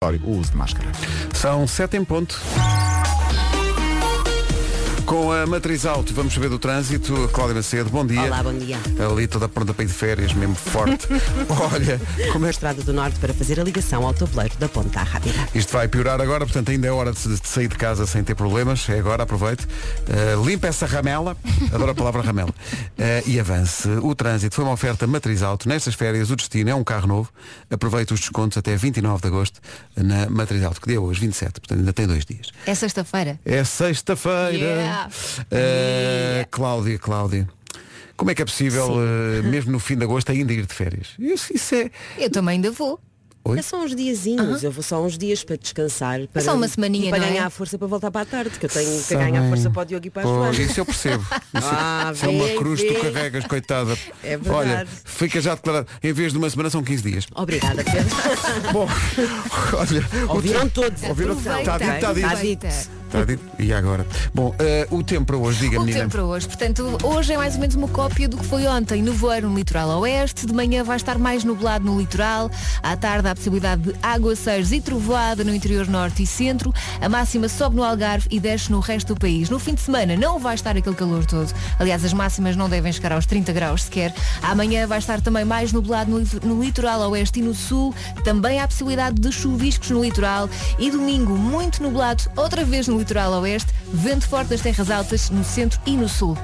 obrigatório o uso de máscara. São sete em ponto. Com a matriz alto, vamos saber do trânsito. Cláudia Macedo, bom dia. Olá, bom dia. Ali toda pronta para ir de férias, mesmo forte. Olha, como é que Estrada do Norte para fazer a ligação ao tabuleiro da Ponta Rápida. Isto vai piorar agora, portanto ainda é hora de de sair de casa sem ter problemas. É agora, aproveite. Uh, limpa essa ramela, adoro a palavra ramela, Uh, e avance. O trânsito foi uma oferta matriz alto. Nestas férias o destino é um carro novo. Aproveite os descontos até 29 de agosto na matriz alto, que dia é hoje, 27, portanto ainda tem dois dias. É sexta-feira. É sexta-feira. Yeah. Uh, Cláudia, Cláudia. Como é que é possível, uh, mesmo no fim de agosto, ainda ir de férias? Isso, isso é. Eu também ainda vou. Oi? É só uns diazinhos, eu vou só uns dias para descansar. Para, só uma semaninha, Para não é? ganhar força para voltar para a tarde, que eu tenho que Sabem. ganhar força para o Diogo e para a Pois, Joana. oh, isso eu percebo. Isso, Ah, isso é uma vê, cruz que tu vê. carregas, coitada. É verdade. Olha, fica já declarado. Em vez de uma semana são 15 dias. Obrigada, Pedro. Bom, olha. o Ouviram tempo- todos. Ouviram Aproveita, Tá Está dito, está dito. aproveita. Está dito. E agora? Bom, eh, o tempo para hoje, diga O menina. tempo para hoje. Portanto, hoje é mais ou menos uma cópia do que foi ontem. No voeiro no litoral oeste, de manhã vai estar mais nublado no litoral. À tarde há a possibilidade de aguaceiros e trovoada no interior norte e centro. A máxima sobe no Algarve e desce no resto do país. No fim de semana não vai estar aquele calor todo. Aliás, as máximas não devem chegar aos 30 graus sequer. Amanhã vai estar também mais nublado no lit- no litoral oeste e no sul. Também há a possibilidade de chuviscos no litoral. E domingo, muito nublado, outra vez no litoral oeste. Vento forte nas terras altas, no centro e no sul.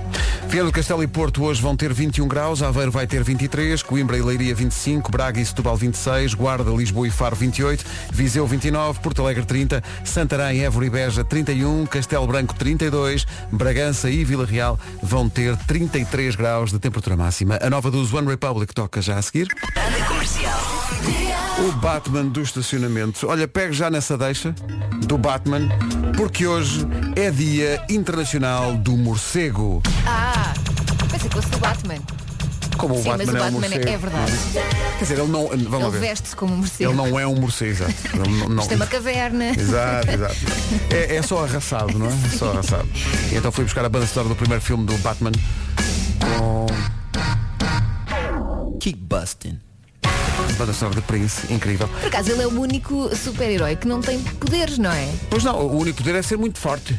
Viana do Castelo e Porto hoje vão ter 21 graus, Aveiro vai ter 23, Coimbra e Leiria 25, Braga e Setúbal 26, Guarda, Lisboa e Faro 28, Viseu 29, Porto Alegre 30, Santarém, Évora e Beja 31, Castelo Branco 32, Bragança e Vila Real vão ter 33 graus de temperatura máxima. A nova dos One Republic toca já a seguir. O Batman do estacionamento. Olha, pego já nessa deixa do Batman, porque hoje é Dia Internacional do Morcego. Ah, pensei que fosse do Batman. Como Sim, o Batman mas o é um Batman morcego. é verdade. Quer dizer, ele não. Vamos lá Ele ver. veste-se como um morcego. Ele não é um morcego, exato. Ele não- não- Tem uma caverna. Exato, exato. É, é só arrasado, não é? É Só arrasado. E então fui buscar a banda sonora do primeiro filme do Batman. Com Kick busting. a banda sonora de Prince, incrível. Por acaso, ele é o único super-herói que não tem poderes, não é? Pois não, o único poder é ser muito forte.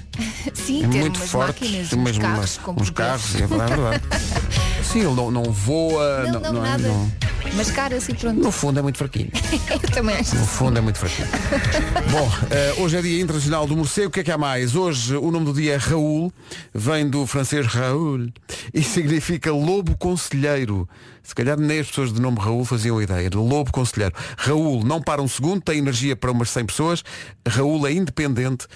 Sim, É ter muito umas forte. Então, máquinas, tem uns umas- carros com uns poderes. carros, é verdade, é verdade. Sim, ele não, não voa. Não, não, é- nada. não- Mascara-se e pronto. No fundo é muito fraquinho. Eu também acho. No fundo é muito fraquinho. Bom, eh, hoje é dia internacional do morcego. O que é que há mais? Hoje o nome do dia é Raul, vem do francês Raul e significa lobo conselheiro. Se calhar nem as pessoas de nome Raul faziam ideia. de Lobo conselheiro. Raul não para um segundo, tem energia para umas 100 pessoas. Raul é independente.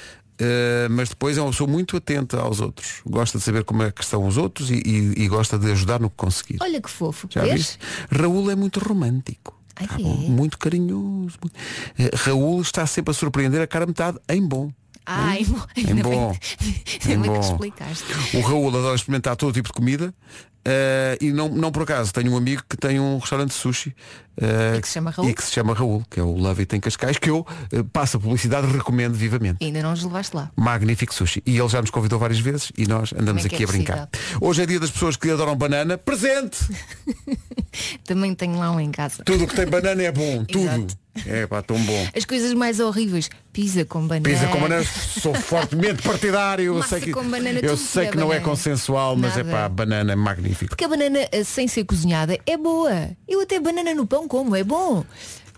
eh, mas depois é uma pessoa muito atenta aos outros. Gosta de saber como é que estão os outros e, e- e gosta de ajudar no que conseguir. Olha que fofo. Já vês? viste? Raul é muito romântico. Ai, Tá é? bom? Muito carinhoso. muito- Eh, Raul está sempre a surpreender a cara metade em bom. Ai, bom. Hum? Em bom. Em Ainda bem bom. é que explicaste. O Raul adora experimentar todo tipo de comida. eh, e não, não por acaso, tenho um amigo que tem um restaurante de sushi eh, E É que se chama Raul? e que se chama Raul, que é o Love It em Cascais, que eu, eh, passo a publicidade, recomendo vivamente. Ainda não os levaste lá. Magnífico sushi. E ele já nos convidou várias vezes e nós andamos Como é que aqui é a brincar. Hoje é dia das pessoas que adoram banana. Presente! Também tenho lá um em casa. Tudo o que tem banana é bom. tudo. Exato. É pá, tão bom. As coisas mais horríveis. Pisa com banana. Pisa com banana, sou fortemente partidário. Eu É. Massa sei que, com banana, eu tudo sei é que não é banana. consensual, mas é Nada. pá, banana é magnífico. Porque a banana eh, sem ser cozinhada é boa. Eu até banana no pão como, é bom.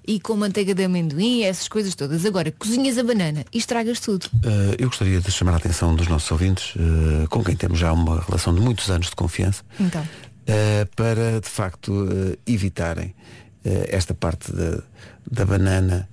E com manteiga de amendoim, essas coisas todas. Agora, cozinhas a banana e estragas tudo. Uh, eu gostaria de chamar a atenção dos nossos ouvintes, uh, com quem temos já uma relação de muitos anos de confiança, Então. uh, para de facto uh, evitarem uh, esta parte da, da banana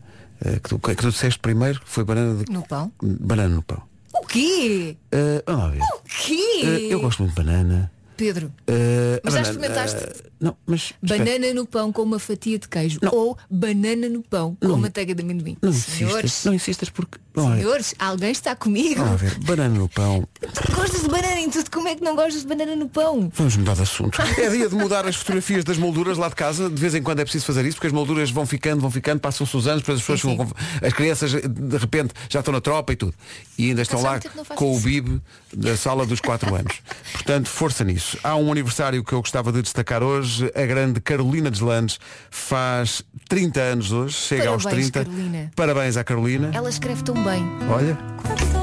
uh, que, tu, que tu disseste primeiro, que foi banana de- No pão? Banana no pão. O quê? Uh, vamos lá ver. O quê? Uh, eu gosto muito de banana. Pedro, Uh, Mas já a banana- experimentaste? uh, não, mas espera. banana no pão com uma fatia de queijo. Não. Ou banana no pão com manteiga de amendoim. Não Senhores, insistas, não insistas porque Não é? Senhores, alguém está comigo? Vamos lá ver, banana no pão. Gostas de banana em tudo? Como é que não gostas de banana no pão? Vamos mudar de assunto. É dia de mudar as fotografias das molduras lá de casa. De vez em quando é preciso fazer isso, porque as molduras vão ficando, vão ficando, passam-se os anos, depois as pessoas Sim, vão- As crianças de repente já estão na tropa e tudo. E ainda estão Mas há lá muito tempo não faço com o isso. PIB da sala dos 4 anos. Portanto, força nisso. Há um aniversário que eu gostava de destacar hoje. A grande Carolina Deslandes faz 30 anos hoje, chega aos Parabéns, 30. Carolina. Parabéns à Carolina. Ela escreve tão bem. Olha.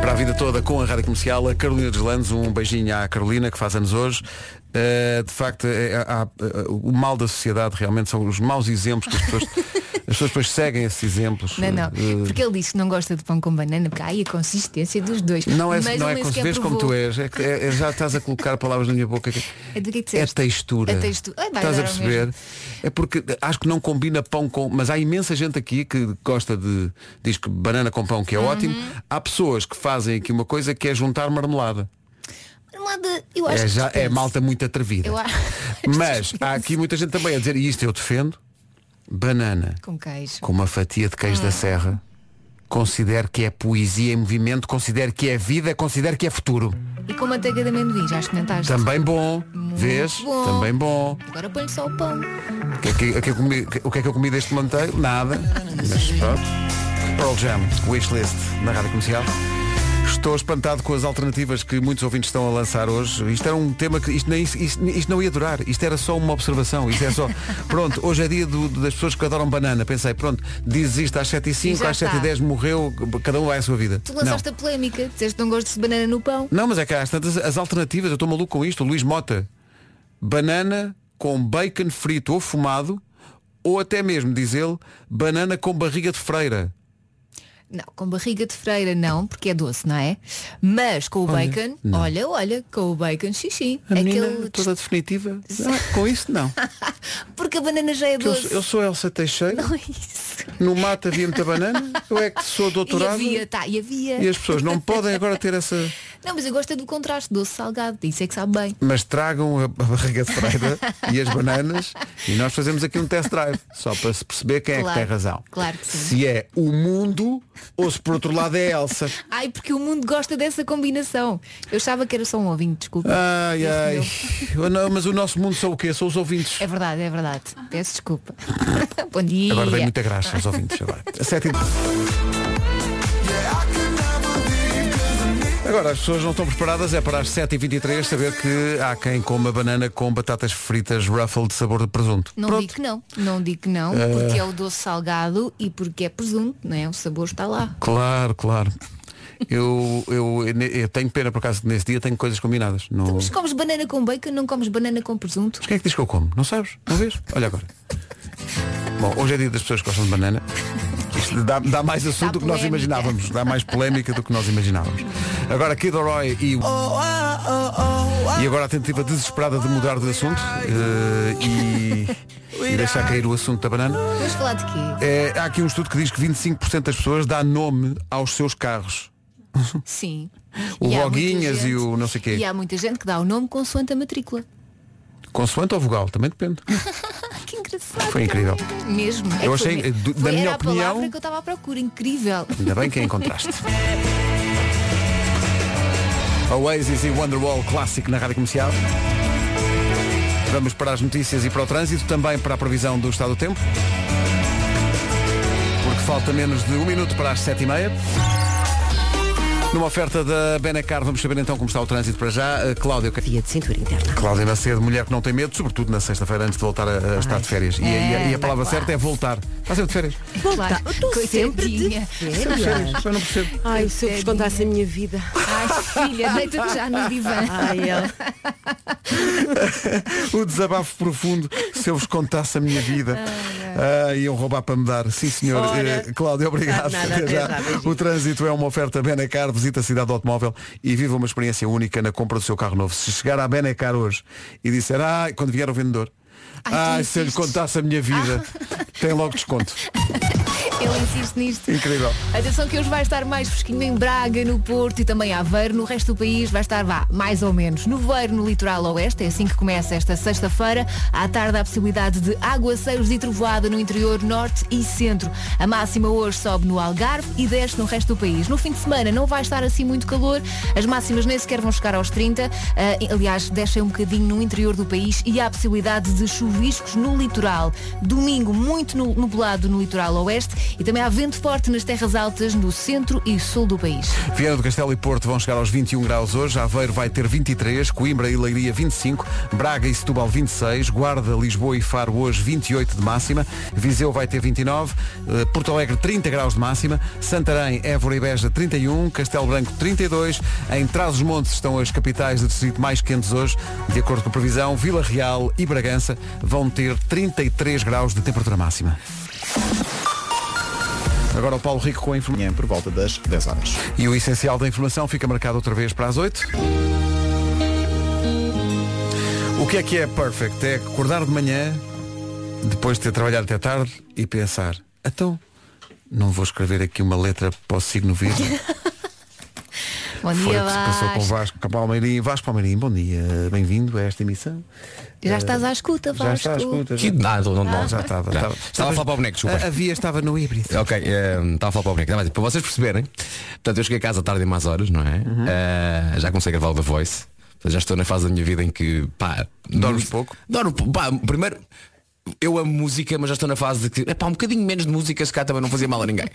Para a vida toda com a Rádio Comercial, a Carolina Deslandes, um beijinho à Carolina que faz anos hoje. Uh, de facto, é, há- há- o mal da sociedade realmente são os maus exemplos que as pessoas, as pessoas depois seguem esses exemplos. Não, não. Uh, Porque ele disse que não gosta de pão com banana, porque há aí a consistência dos dois. Não é, Mas não ele é nem com- sequer vês como tu provou. és, é, que é- é- já estás a colocar palavras na minha boca. que- É do que É disseste. textura. A textu- Ai, vai Estás a dar ao perceber? mesmo. É porque acho que não combina pão com. Mas há imensa gente aqui que gosta de. Diz que banana com pão que Uhum. é ótimo. Há pessoas que fazem aqui uma coisa que é juntar marmelada. Marmelada, eu acho É, que já, é dispensa. malta muito atrevida. Eu acho- Mas há aqui muita gente também a dizer, e isto eu defendo, banana Com queijo. com uma fatia de Hum. queijo da serra, considero que é poesia em movimento, considero que é vida, considero que é futuro. E com manteiga de amendoim, já experimentaste? Também bom, vês? bom. Também bom. Agora põe só o pão. O que, é que- o que é que eu comi- o que é que eu comi deste manteiro? Nada. Mas pronto. Pearl Jam, Wishlist, na Rádio Comercial. Estou espantado com as alternativas que muitos ouvintes estão a lançar hoje. Isto era um tema que isto, nem, isto, isto não ia durar. Isto era só uma observação. Isto é só. Pronto, hoje é dia do- das pessoas que adoram banana. Pensei, pronto, dizes isto às 7 e 5 Já às 7 e está. 10 morreu, cada um vai à sua vida. Tu Não. lançaste a polémica, disseste que não gostas de banana no pão. Não, mas é que há às tantas as alternativas, eu estou maluco com isto, o Luís Mota. Banana com bacon frito ou fumado, ou até mesmo, diz ele, banana com barriga de freira. Não, com barriga de freira não, porque é doce, não é? Mas com o Olha, bacon, não. olha, olha, com o bacon, xixi. A menina é Aquele... toda definitiva. Não, com isso não. Porque a banana já é Eu, doce. eu sou Elsa Teixeira, Não é isso. no mato havia muita banana, eu é que sou E doutorado havia, tá, e e havia. as pessoas não podem agora ter essa. Não, mas eu gosto é do contraste, doce salgado, isso é que sabe bem. Mas tragam a a barriga de freira e as bananas e nós fazemos aqui um test drive, só para se perceber quem é que Claro, tem razão. claro que sim. Se é o mundo ou se por outro lado é a Elsa. Ai, porque o mundo gosta dessa combinação. Eu achava que era só um ovinho, desculpa. Ai, ai. Este Oh, não, mas o nosso mundo são o quê? São os ouvintes. É verdade, é verdade. Peço desculpa. Bom dia. Agora dei muita graça aos ouvintes. Agora. Sete e- Agora, as pessoas não estão preparadas, é para as 7h23 saber que há quem coma banana com batatas fritas ruffle de sabor de presunto. Não Pronto. Ah. digo que não, não digo que não, porque é o doce salgado e porque é presunto, não é? O sabor está lá. Claro, claro. Eu, eu, eu tenho pena por acaso que nesse dia tenho coisas combinadas. Não... Mas comes banana com bacon, não comes banana com presunto? Mas quem é que diz que eu como? Não sabes? Não vês? Olha agora. Bom, hoje é dia das pessoas que gostam de banana. Isto dá, dá mais assunto do que nós polémica. imaginávamos. Dá mais polémica do que nós imaginávamos. Agora Kid Roy Oh, e. E agora a tentativa desesperada de mudar de assunto eh, e, e deixar cair o assunto da banana. Vamos falar de quê? Eh, há aqui um estudo que diz que 25% das pessoas dá nome aos seus carros. Sim. O há muita Boguinhas gente- e o não sei quê. E há muita gente que dá o nome consoante a matrícula. Consoante ou vogal? Também depende. Ah, que engraçado. Foi incrível. Mesmo. É Eu que foi achei, mesmo. do- da Foi- minha era opinião- a palavra que eu estava à procura. Incrível. Ainda bem que a encontraste. Oasis e Wonderwall clássico na rádio comercial. Vamos para as notícias e para o trânsito, também para a previsão do estado do tempo. Porque falta menos de um minuto para as sete e meia. Numa oferta da Benacar, vamos saber então como está o trânsito para já. Eh, Cláudia, o que- Via de cintura interna. Cláudia Macedo, mulher que não tem medo, sobretudo na sexta-feira antes de voltar a, a estar de férias. E, a- e a- e a É, palavra vai lá. certa é voltar. Está sempre de férias. Volta, Claro. Tá, eu estou sempre de Coitadinha. Sempre de férias. férias. Eu não percebo. Ai, se eu vos contasse a minha vida. Ai, filha, deita-te já no divã. Ai, é. ela. O desabafo profundo, se eu vos contasse a minha vida. Ah, iam roubar para me dar. Sim, senhor. Ora. Eh, Cláudio, obrigado. Nada, até já, beijinho. O trânsito é uma oferta Benacar. Visita a cidade do automóvel e viva uma experiência única na compra do seu carro novo. Se chegar à Benacar hoje e disser, ah, quando vier o vendedor, Ai, tu ah, se eu lhe insistes." contasse a minha vida, tem logo desconto. Ele insiste nisto. Incrível. Atenção que hoje vai estar mais fresquinho em Braga, no Porto e também Aveiro. No resto do país vai estar, vá, mais ou menos. No Veiro, no litoral oeste, é assim que começa esta sexta-feira. À tarde há a possibilidade de aguaceiros e trovoada no interior norte e centro. A máxima hoje sobe no Algarve e desce no resto do país. No fim de semana não vai estar assim muito calor. As máximas nem sequer vão chegar aos 30. Ah, aliás, descem um bocadinho no interior do país e há a possibilidade de chuviscos no litoral. Domingo, muito nu- nublado no litoral oeste e também há vento forte nas terras altas no centro e sul do país. Vieira do Castelo e Porto vão chegar aos 21 graus hoje, Aveiro vai ter 23, Coimbra e Leiria 25, Braga e Setúbal 26, Guarda, Lisboa e Faro hoje 28 de máxima, Viseu vai ter 29, eh, Porto Alegre 30 graus de máxima, Santarém, Évora e Beja 31, Castelo Branco 32, em Trás-os-Montes estão as capitais de distrito mais quentes hoje, de acordo com a previsão, Vila Real e Bragança vão ter 33 graus de temperatura máxima. Agora o Paulo Rico com a informação. Amanhã por volta das 10 horas. E o essencial da informação fica marcado outra vez para as 8. O que é que é perfect? É acordar de manhã, depois de ter trabalhado até tarde e pensar, então, não vou escrever aqui uma letra para o signo vivo. Bom Foi dia, o que se passou com o Vasco. Vasco com o Palmeirim. Vasco Palmeirim, bom dia, bem-vindo a esta emissão. Já estás à escuta, Já Vasco. está, escuta. Que nada, não, não. Já estava. Já. Estava a falar para o boneco, desculpa. A, a via estava no híbrido. Ok, eh, estava a falar para o boneco. Não, mas, para vocês perceberem, portanto, eu cheguei a casa tarde e más horas, não é? Uhum. Eh, já comecei a gravar o The Voice. Portanto, Já estou na fase da minha vida em que, pá, Dormes um mus- pouco? Dormo, pou- pá, primeiro, eu amo música, mas já estou na fase de que, é pá, um bocadinho menos de música, se cá também não fazia mal a ninguém.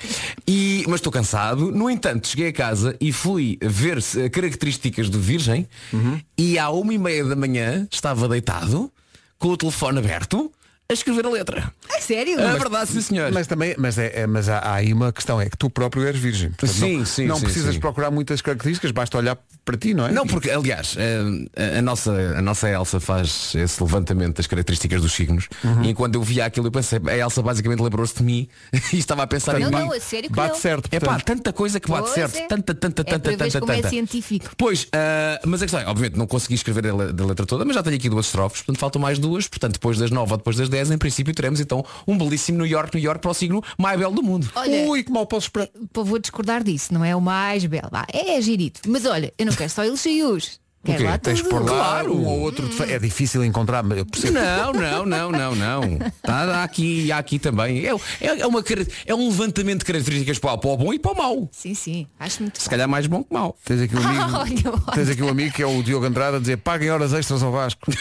E, mas estou cansado. No entanto, cheguei a casa e fui ver se- eh, características do Virgem Uhum. e à uma e meia da manhã estava deitado, com o telefone aberto, a escrever a letra. Ai, sério? Ah, É verdade, sim senhor. Mas também, mas, é, é- mas há, há aí uma questão, é que tu próprio eres virgem. Portanto, não, Sim, sim, Não sim, precisas sim. procurar muitas características, basta olhar para ti, não é? Não, porque, aliás, eh, a, a- a nossa, a nossa Elsa faz esse levantamento das características dos signos Uhum. e enquanto eu via aquilo eu pensei, a Elsa basicamente lembrou-se de mim e estava a pensar Não, em não, mim. a sério que Bate não. certo. É pá, portanto. tanta coisa que bate Pois certo, é. tanta, tanta, É tanta, para veres tanta, como é tanta. científico. Pois, ah, mas a questão é, obviamente não consegui escrever a le- da letra toda, mas já tenho aqui duas estrofes, portanto faltam mais duas, portanto depois das nove ou depois das dez, em princípio teremos então um belíssimo New York, New York para o signo mais belo do mundo. Olha, Ui, que mal posso esperar. pô, vou discordar disso, não é o mais belo. Vá, é girito. Mas olha, eu não quero só elogios. Quero quê? lá Tens de tudo. pôr lá Claro. um ou outro. defe- É difícil encontrar, mas eu percebo. Não, não, não, não, não. Tá, há aqui, há aqui também. É, é, é uma, cara- é um levantamento de características para, o- para o bom e para o mau. Sim, sim. Acho muito Se calhar mais bom que mau. Tens aqui, um Olha, amigo, olha. tens aqui um amigo que é o Diogo Andrade a dizer paguem horas extras ao Vasco.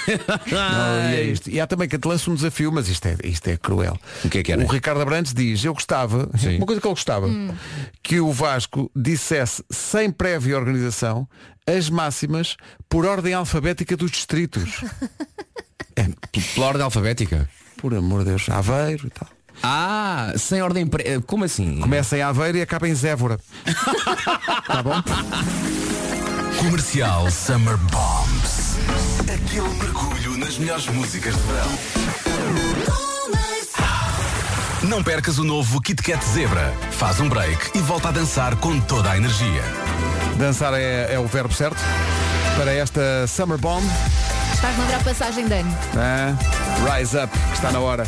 Não, e, é isto. E há também que te lança um desafio, mas isto é, isto é cruel. O que é que era? O Ricardo Abrantes diz, eu gostava, Sim. uma coisa que ele gostava, Hum. que o Vasco dissesse, sem prévia organização, as máximas por ordem alfabética dos distritos. P- Pela ordem alfabética. Por amor de Deus, Aveiro e tal. Ah, sem ordem. pre- eh, Como assim? Começa em Aveiro e acaba em Zévora. tá bom? Comercial Summer Bombs. Aquele mergulho nas melhores músicas de verão. Não percas o novo Kit Kat Zebra. Faz um break e volta a dançar com toda a energia. Dançar é, é o verbo certo para esta Summer Bomb. Estás a mandar passagem de ano. Ah, Rise Up, que está na hora.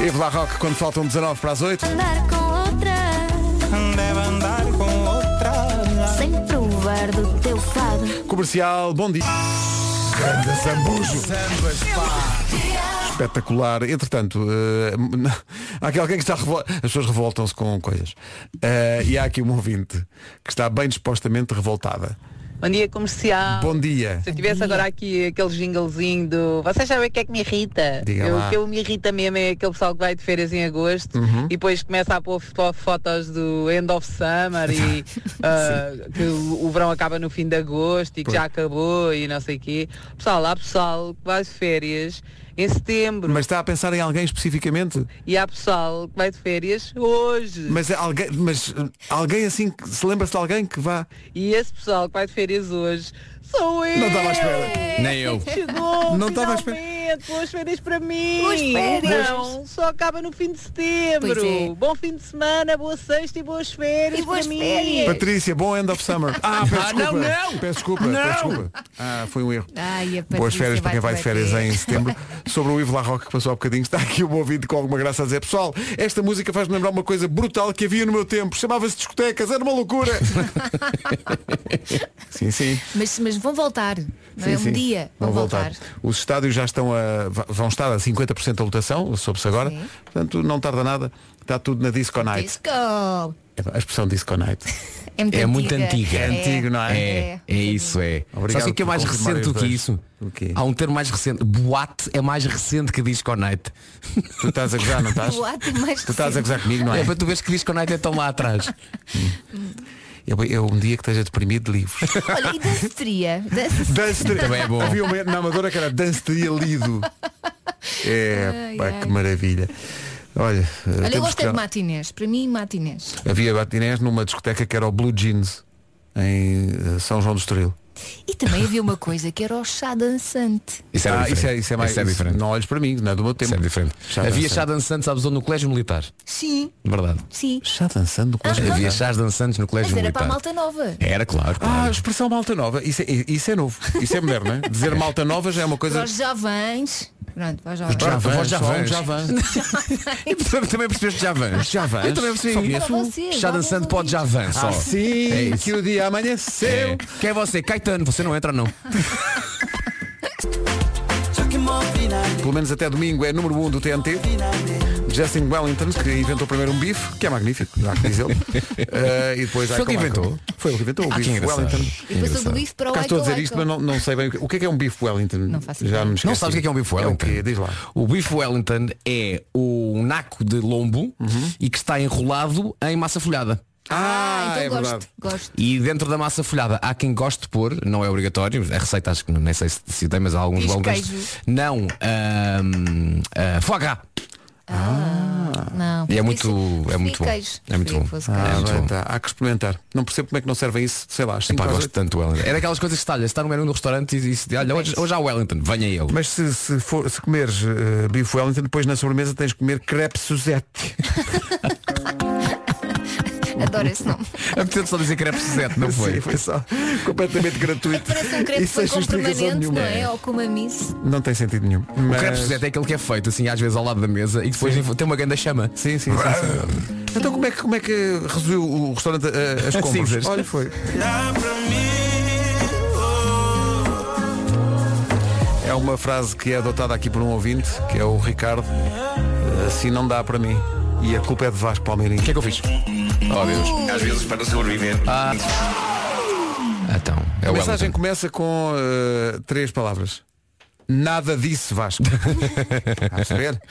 Eve La Rock, quando faltam 19 para as 8. andar com outra. Sem provar do teu fado. Comercial, bom dia. Grande Zambujo. Espetacular. Entretanto, eh, n- há aqui alguém que está revol... As pessoas revoltam-se com coisas. Eh, e há aqui uma ouvinte que está bem dispostamente revoltada. Bom dia comercial. Bom dia. Se eu tivesse agora aqui aquele jinglezinho do. Vocês sabem o que é que me irrita? Diga Eu- lá. Uhum. O que eu me irrita mesmo é aquele pessoal que vai de férias em agosto e depois começa a pôr fo- fotos do End of Summer e ah, que o o verão acaba no fim de agosto e que já acabou e não sei o quê. Pessoal, há pessoal que vai de férias em setembro Mas está a pensar em alguém especificamente? e há pessoal que vai de férias hoje. Mas alguém, mas eh, alguém assim, que- se lembra-se de alguém que vá. E esse pessoal que vai de férias hoje sou eu! Não estava à espera. Nem eu. Chegou! Não estava à espera. finalmente. gente, boas férias para mim. Boas férias. Não, só acaba no fim de setembro. Pois é. Bom fim de semana, boa sexta e boas férias E boas para mim. férias. Patrícia, bom end of summer. É. Ah, peço Ah, desculpa. não, não. Peço desculpa, Não. peço desculpa. Ah, foi um erro. Ai, a Boas Patrícia férias para quem vai de bater. férias em setembro. Sobre o Ivo Larroque que passou há bocadinho, está aqui um ouvinte com alguma graça a dizer, pessoal, esta música faz-me lembrar uma coisa brutal que havia no meu tempo. Chamava-se discotecas, era uma loucura. sim, sim. Mas, mas vão voltar. Não sim, é um sim. dia. Vão voltar. Os estádios já estão a. va- vão estar a 50% da lotação, soube-se agora. Sim. Portanto, não tarda nada. Está tudo na Disco Night. Disco. É A expressão Disco Night. muito É muito antiga. É antigo, não é? É, é isso, é. Obrigado Sabe o que é por mais confirmar os recente do que dois. isso? O quê? Há um termo mais recente. Boate é mais recente que Disco Night. Tu estás a gozar, não estás? Boate é mais Tu estás a recente. gozar comigo, não É é? para tu veres que Disco Night é tão lá atrás. Eu, eu um dia que esteja deprimido de livros. Olha, e danceteria? Dance... Dance Também é bom. Havia uma na Amadora que era Dance Teria Lido. É, Ai, pá, ai. que maravilha. Olha, eh, Olha, eu temos gosto que... é de matinés. Para mim, matinés. Havia batinés numa discoteca que era o Blue Jeans, em eh, São João do Estoril. E também havia uma coisa que era o chá dançante. Isso Ah, era diferente. isso é, isso é mais. Isso é diferente. Não olhes para mim, não é do meu tempo. Isso é diferente. Chá Havia dançante. chá dançante, sabes onde? No Colégio Militar. Sim, Verdade. sim. Chá dançando com Ah, Havia não. chás dançantes no Colégio Mas era para Militar. a malta nova. Era, claro. Ah, claro. expressão malta nova. Isso é, isso é novo. Isso é moderno, não é? Dizer malta nova já é uma coisa. Para os jovens. Pronto, para os jovens. já vans, vans, só já um vans. já vans. E tu também percebeste Javan. Javans? Eu também percebi. Só conheço um. Vocês, Chá dançante jovens pode Javan só. Assim É isso. que o dia amanheceu. É. Quem é você? Caetano, você não entra não. Pelo menos até domingo é número 1 um do TNT. Justin Wellington, que inventou primeiro um bife, que é magnífico, já que diz ele. Eh, e depois há Foi ele que aquela- inventou? Foi ele que inventou o Ah, que bife engraçado. Wellington. E passou do Engraçado. bife para o Cá estou a Aiko dizer isto, mas não, não sei bem o que, o que é que é um bife Wellington. Não faço Já ideia. me Não esqueci. sabes o que é, que é um bife Wellington? É o quê? Diz lá. O bife Wellington é o naco de lombo e que está enrolado em massa folhada. Ah, então é gosto, verdade. gosto. E dentro da massa folhada há quem goste de pôr, não é obrigatório, a receita acho que não- nem sei se se tem, mas há alguns Diz Wellingtons. queijo. Não, ahm, ah, foie gras. Não. E preferi- é muito, é preferi muito bom. queijo. É muito Preferi bom. que fosse Ah, É muito bem, bom. tá. Há que experimentar. Não percebo como é que não servem isso, sei lá, cinco Pá, horas. gosto tanto do Wellington. É daquelas coisas que está, olha, está no menu do restaurante e, e se olha, hoje, hoje há Wellington, venha eu. Mas se, se, for, se comeres eh, bife Wellington, depois na sobremesa tens que comer crepe Suzette. Ah. queijo. Adoro esse nome. Apetece só dizer que era presente, não foi? Sim, foi só completamente gratuito. Parece um crepe E sem é foi com justificação permanente, nenhuma. não é? Ou com uma miss. Não tem sentido nenhum. O Mas- crepe Suzette é aquele que é feito assim às vezes ao lado da mesa e depois tem uma grande chama. Sim, sim, sim, sim. Então como é que, como é que resolveu o restaurante eh, as compras? Cinzas. Olha, foi. É uma frase que é adotada aqui por um ouvinte, que é o Ricardo. Assim não dá para mim. E a culpa é de Vasco Palmeirinho. O que é que eu fiz? Oh Deus. Às vezes para sobreviver. Então, é A o mensagem Wellington. começa com eh, três palavras. Nada disso, Vasco. Está a perceber?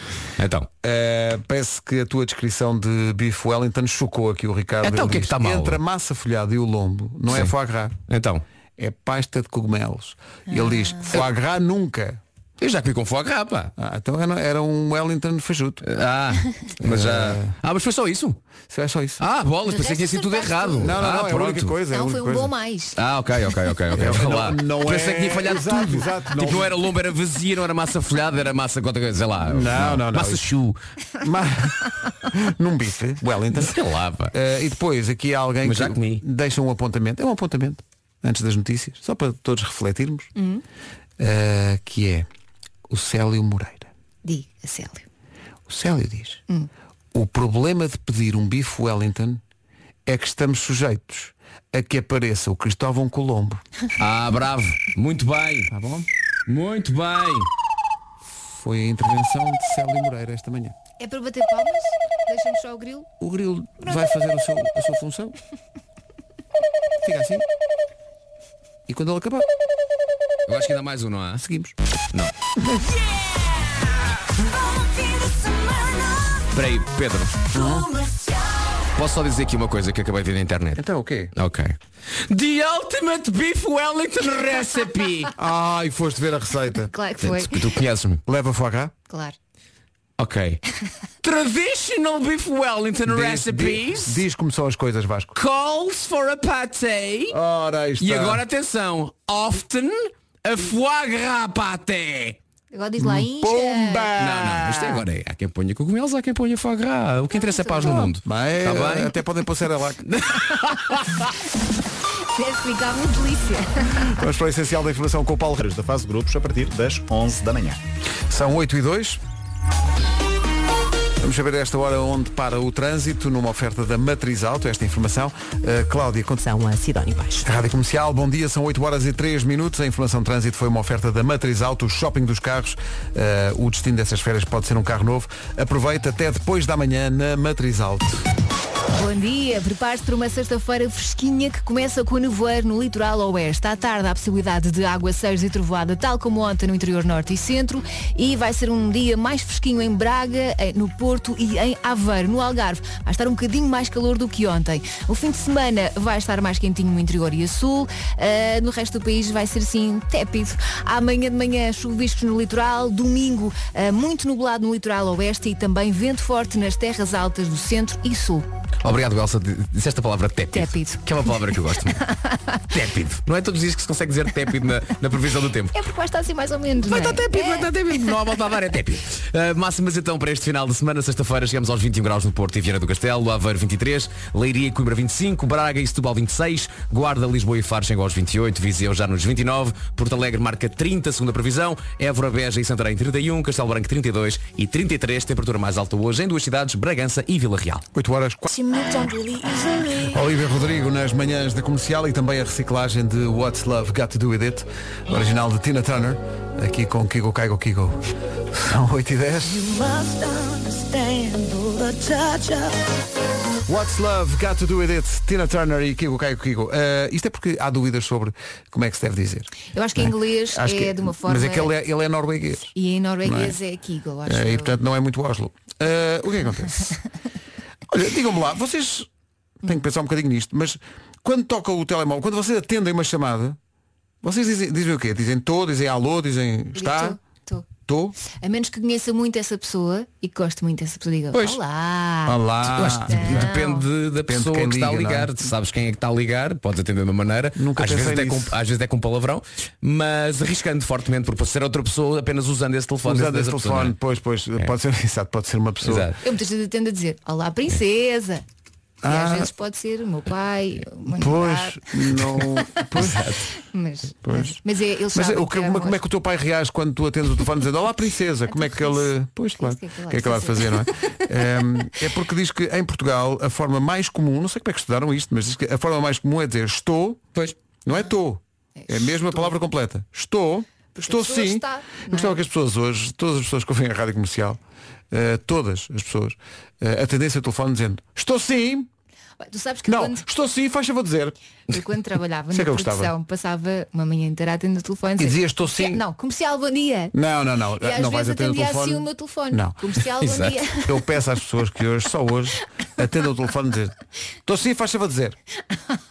Então. Uh, parece que a tua descrição de bife Wellington chocou aqui o Ricardo. Então, Ele o que é diz, que está mal? Entre a massa folhada e o lombo, não é Sim. foie gras, Então. é pasta de cogumelos. Ah. Ele diz, foie gras nunca. Eu já comi com foie gras, pá. Ah, então era, era um Wellington fajuto. Ah, mas já. Ah, mas foi só isso? Isso é só isso. Ah, bolas, pensei que tinha sido tudo errado. não, não, ah, não, é a única coisa. é a Não, foi única um coisa. bom mais. Ah, ok, ok, ok, ok. Vá lá. não Pensei é- que tinha falhado Exato, tudo. exato, tipo, não- não... era lomba, era vazia, não era massa folhada, era massa qualquer coisa, sei lá. não, não. Massa chu. Mas, num bife, Wellington. Sei lá, pá. Uh, e depois aqui há alguém Mas já que comi. deixa um apontamento. É um apontamento, antes das notícias, só para todos refletirmos, Hum. Uh, que é o Célio Moreira. Diga, Célio. O Célio diz, o problema de pedir um bife Wellington é que estamos sujeitos a que apareça o Cristóvão Colombo. Ah, bravo. Muito bem. Tá bom? Muito bem. Foi a intervenção de Célio Moreira esta manhã. É para bater palmas? Deixa-me só o grilo. O grilo vai fazer o seu- a sua função. Fica assim. E quando ele acabar, Eu acho que ainda há mais um, não há? seguimos. Peraí, Pedro. Posso só dizer aqui uma coisa que acabei de ver na internet? Então o quê? Ok. The Ultimate Beef Wellington Recipe. Ai, foste ver a receita. Claro que foi. Ah, Tu conheces-me. Leva foie gras. Claro. Ok. Traditional Beef Wellington Diz, diz, Recipes diz como são as coisas, Vasco. calls for a pâté. Ah. Ora, aí está. E agora atenção. Often a foie gras pâté. Agora diz lá, incha. Pumba! Não, não, isto é agora é. Há quem ponha cogumelos, há quem ponha foie gras. O que interessa é paz no mundo. Tá Bem, Está bem? Até podem pôr Cerelac. Deve ficar uma delícia. Vamos para o essencial da informação com o Paulo Rios. da fase de grupos a partir das 11 da manhã. São 8 e 2. Vamos saber a esta hora onde para o trânsito, numa oferta da Matriz Auto, esta informação. Uh, Cláudia, conta. São a Sidónio Baixo. Rádio Comercial, bom dia, são 8 horas e 3 minutos. A informação de trânsito foi uma oferta da Matriz Auto, o shopping dos carros. Uh, o destino dessas férias pode ser um carro novo. Aproveita até depois da manhã na Matriz Auto. Bom dia, prepare-se para uma sexta-feira fresquinha que começa com o nevoeiro no litoral oeste. À tarde há a possibilidade de água seis e trovoada, tal como ontem no interior norte e centro. E vai ser um dia mais fresquinho em Braga, eh, no Porto e em Aveiro, no Algarve. Vai estar um bocadinho mais calor do que ontem. O fim de semana vai estar mais quentinho no interior e a sul. Eh, no resto do país vai ser sim tépido. Amanhã de manhã chuviscos no litoral, domingo eh, muito nublado no litoral oeste e também vento forte nas terras altas do centro e sul. Obrigado, Elsa. D- Disseste a palavra tépido. Tépido. Que é uma palavra que eu gosto muito. tépido. Não é todos os dias que se consegue dizer tépido na, na previsão do tempo. É porque vai estar assim mais ou menos. Vai não estar é? tépido, vai estar tépido. Não há volta a dar, é tépido. Uh, máximas então para este final de semana, sexta-feira, chegamos aos 21 graus no Porto e Viana do Castelo, Aveiro 23, Leiria e Coimbra 25, Braga e Setúbal 26, Guarda, Lisboa e Faro chegam aos 28, Viseu já nos 29, Porto Alegre marca 30, segunda previsão, Évora, Beja e Santarém 31, Castelo Branco 32 e 33, temperatura mais alta hoje em duas cidades, Bragança e Vila Real. 8 horas 4. Olivia Rodrigo nas manhãs da comercial e também a reciclagem de What's Love Got to Do With It, original de Tina Turner, aqui com Kigo Caigo Kigo. São 8 e 10. What's Love Got to Do With It, Tina Turner e Kigo Caigo Kigo. Eh, isto é porque há dúvidas sobre como é que se deve dizer. Eu acho que em inglês Acho é que- de uma forma. Mas é que ele é, ele é norueguês. E em norueguês é, Kegel, acho. Eh, eu. e portanto não é muito Oslo. Eh, o que é que acontece? Olha, digam-me lá, vocês têm que pensar um bocadinho nisto, mas quando toca o telemóvel, quando vocês atendem uma chamada, vocês dizem, dizem o quê? Dizem estou, dizem alô, dizem está, Tô, tô. estou, A menos que conheça muito essa pessoa e que goste muito dessa pessoa, diga Pois. olá. Eu olá. acho que depende da pessoa quem que está a liga, não é? ligar. Tu sabes quem é que está a ligar, podes atender de uma maneira. Nunca às, vezes pensei até com, nisso. às vezes é com palavrão, mas arriscando fortemente por ser outra pessoa apenas usando esse telefone. Usando dessa esse pessoa, telefone, pois, pois, pode ser, exato, pode ser uma pessoa. não é? Exato. Eu muitas vezes tendo a dizer olá princesa. E às Ah. vezes pode ser o meu pai, uma Pois, não. Pois, mas, Pois. mas é, eles mas sabem o que, é como, uma como é que o teu pai reage quando tu atendes o telefone dizendo Olá princesa, como é que ele. Pois claro, o que que Então, é que ele é que ele há de fazer, não é? Ehm, é porque diz que em Portugal a forma mais comum, não sei como é que estudaram isto, mas diz que a forma mais comum é dizer estou, Pois. não é estou. É a mesma palavra completa. Estou, estou a pessoa sim. está, não Eu é? gostava que as pessoas hoje, todas as pessoas que ouvem a rádio comercial, eh, todas as pessoas, eh, atendessem o telefone dizendo estou sim, Tu sabes que não, quando, estou sim, faz favor de dizer. eu quando trabalhava Sei na que eu gostava. produção, passava uma manhã inteira a atender o telefone. E dizer, dizia estou sim. Não, comercial, bom dia. Não, não, não. E às não vais vezes atender o atendia telefone. assim o meu telefone. Não. Comercial, bom Exato. dia. Eu peço às pessoas que hoje, só hoje, atendam o telefone e dizer Estou sim, faz favor dizer.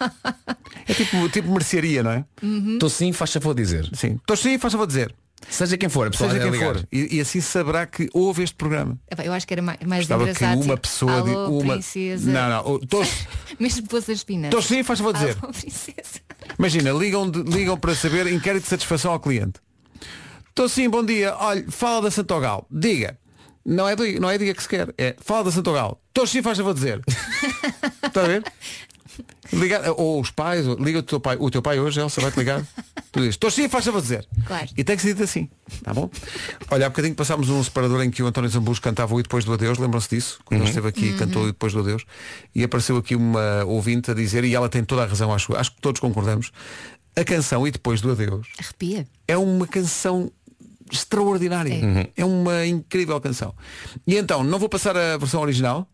É tipo, tipo mercearia, não é? Estou sim, faz favor dizer. Sim. Estou sim, faz favor dizer. Seja quem for, a pessoa Seja a quem ligar. for. é E, e assim saberá que houve este programa. Epá, Eu acho que era mais, mais Estava que engraçado. uma dizer, pessoa de Alô, uma. princesa. Não, não. o- Estou Mesmo que fosse a espina. estou sim, faz favor dizer. Alô, princesa. Imagina, ligam, de- ligam para saber inquérito de satisfação ao cliente. Estou sim, bom dia. Olha, fala da Santogal. Diga. Não é, diga- não é diga que se quer. É fala da Santogal. Estou sim, faz favor dizer. Está a ver? Ligar, ou os pais, ou- liga o teu pai. O teu pai hoje, Elsa, vai-te ligar. Tu dizes, estou sim, faz favor dizer. Claro. E tem que ser dito assim. Tá bom? Olha, há bocadinho passámos um separador em que o António Zambujo cantava o E depois do Adeus. Lembram-se disso? Quando ele esteve aqui e cantou o E depois do Adeus. E apareceu aqui uma ouvinte a dizer, e ela tem toda a razão, acho, acho que todos concordamos, a canção E depois do Adeus Arrepia. é uma canção extraordinária. É, uma incrível canção. E então, não vou passar a versão original,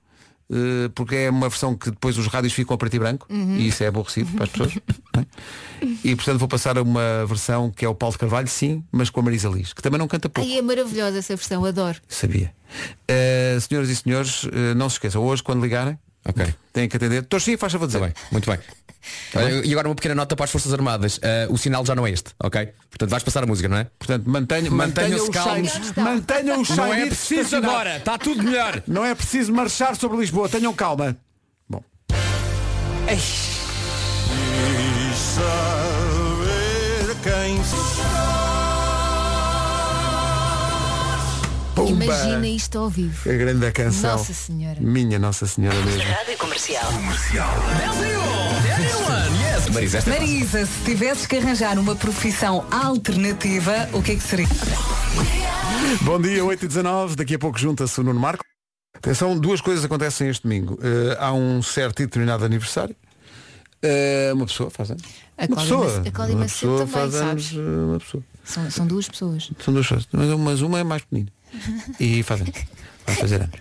eh, porque é uma versão que depois os rádios ficam a preto e branco, e isso é aborrecido para as pessoas. né? e portanto vou passar a uma versão que é o Paulo de Carvalho, sim, mas com a Marisa Liz, que também não canta pouco. Ai, é maravilhosa essa versão, adoro. Sabia. Eh, senhoras e senhores, eh, não se esqueçam, hoje quando ligarem, Ok. têm que atender. Estou sim, faz favor de Está dizer. bem, muito bem. Tá Olha, E agora uma pequena nota para as Forças Armadas. Ah, o sinal já não é este, ok? Portanto, vais passar a música, não é? Portanto, mantenham, mantenham, os Mantenham-se calmos. shine- Mantenham os Não é shine- preciso estacionados. agora, está tudo melhor. Não é preciso marchar sobre Lisboa, tenham calma. Bom. Imagina isto ao vivo. A grande canção. Nossa Senhora. Minha Nossa Senhora mesmo. Rádio Comercial. Marisa, esta é fácil. Marisa, se tivesses que arranjar uma profissão alternativa, o que é que seria? Bom dia, 8 e 19 daqui a pouco junta-se o Nuno Marco. Atenção, duas coisas acontecem este domingo. Eh, há um certo e determinado aniversário. Eh, uma pessoa faz anos. A uma Cláudia pessoa. Mace- a Cláudia uma Macedo pessoa também, faz sabes? anos. eh, Uma pessoa. São, são duas pessoas. São duas coisas. Mas uma, mas uma é mais pequenina. E faz anos. Vai fazer anos.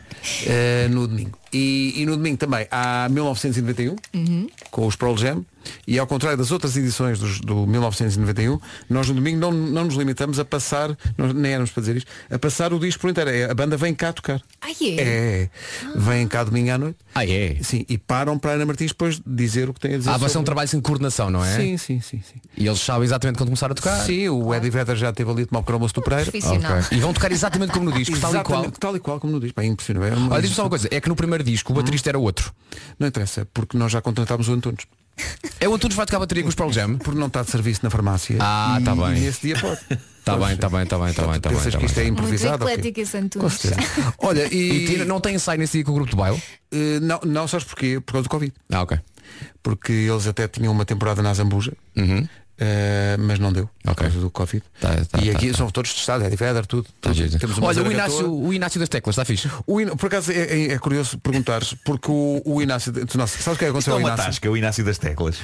Eh, no domingo. E, e no domingo também há 1991, Uhum. com os Pearl Jam, e ao contrário das outras edições dos- do 1991, nós no domingo não, não nos limitamos a passar, nós nem éramos para dizer isto, a passar o disco por inteiro. É, A banda vem cá tocar. Ai é? É, vêm cá domingo à noite. Ah, é? Sim, e param para a Ana Martins depois dizer o que têm a dizer. Ah, vai ser um sobre- trabalho sem coordenação, não é? Sim, sim, sim. sim. E eles sabem exatamente quando começar a tocar. Ah, Sim, o Eddie Vedder já teve ali a tomar o cromoço do Pereira. Profissional. E vão tocar exatamente como no disco, tal e qual. Exatamente, tal e qual como no disco. Pá, É impressionante. É uma- Olha, diz-me só uma coisa, é que no primeiro disco o baterista era outro. Não interessa, porque nós já contratámos o Antunes. É o Antunes que vai tocar a bateria com os Pearl Jam? Porque não está de serviço na farmácia. Hum? Ah, E- tá bem. E nesse dia pode. Está Tá bem, está bem, está bem, está bem, está bem. Pensas tá que isto é bem. Muito improvisado? ok? eclético esse Com Antunes. certeza. Olha, E e. tira- não tem ensaio nesse dia com o grupo de baile? eh, não, não, sabes porquê? Por causa do Covid. Ah, ok. Porque eles até tinham uma temporada na Zambuja. Uhum. eh, mas não deu por Ok. causa do Covid Tá, tá, e aqui tá, são todos testados, é de Vedder, tudo, tudo. Temos uma Olha, o zona Inácio, toda. o Inácio das teclas, está fixe. O Ina- por acaso é, é- é curioso perguntares porque o, o Inácio de- nossa, sabes o que é que Isto aconteceu é ao uma Inácio? tasca, o Inácio das Teclas.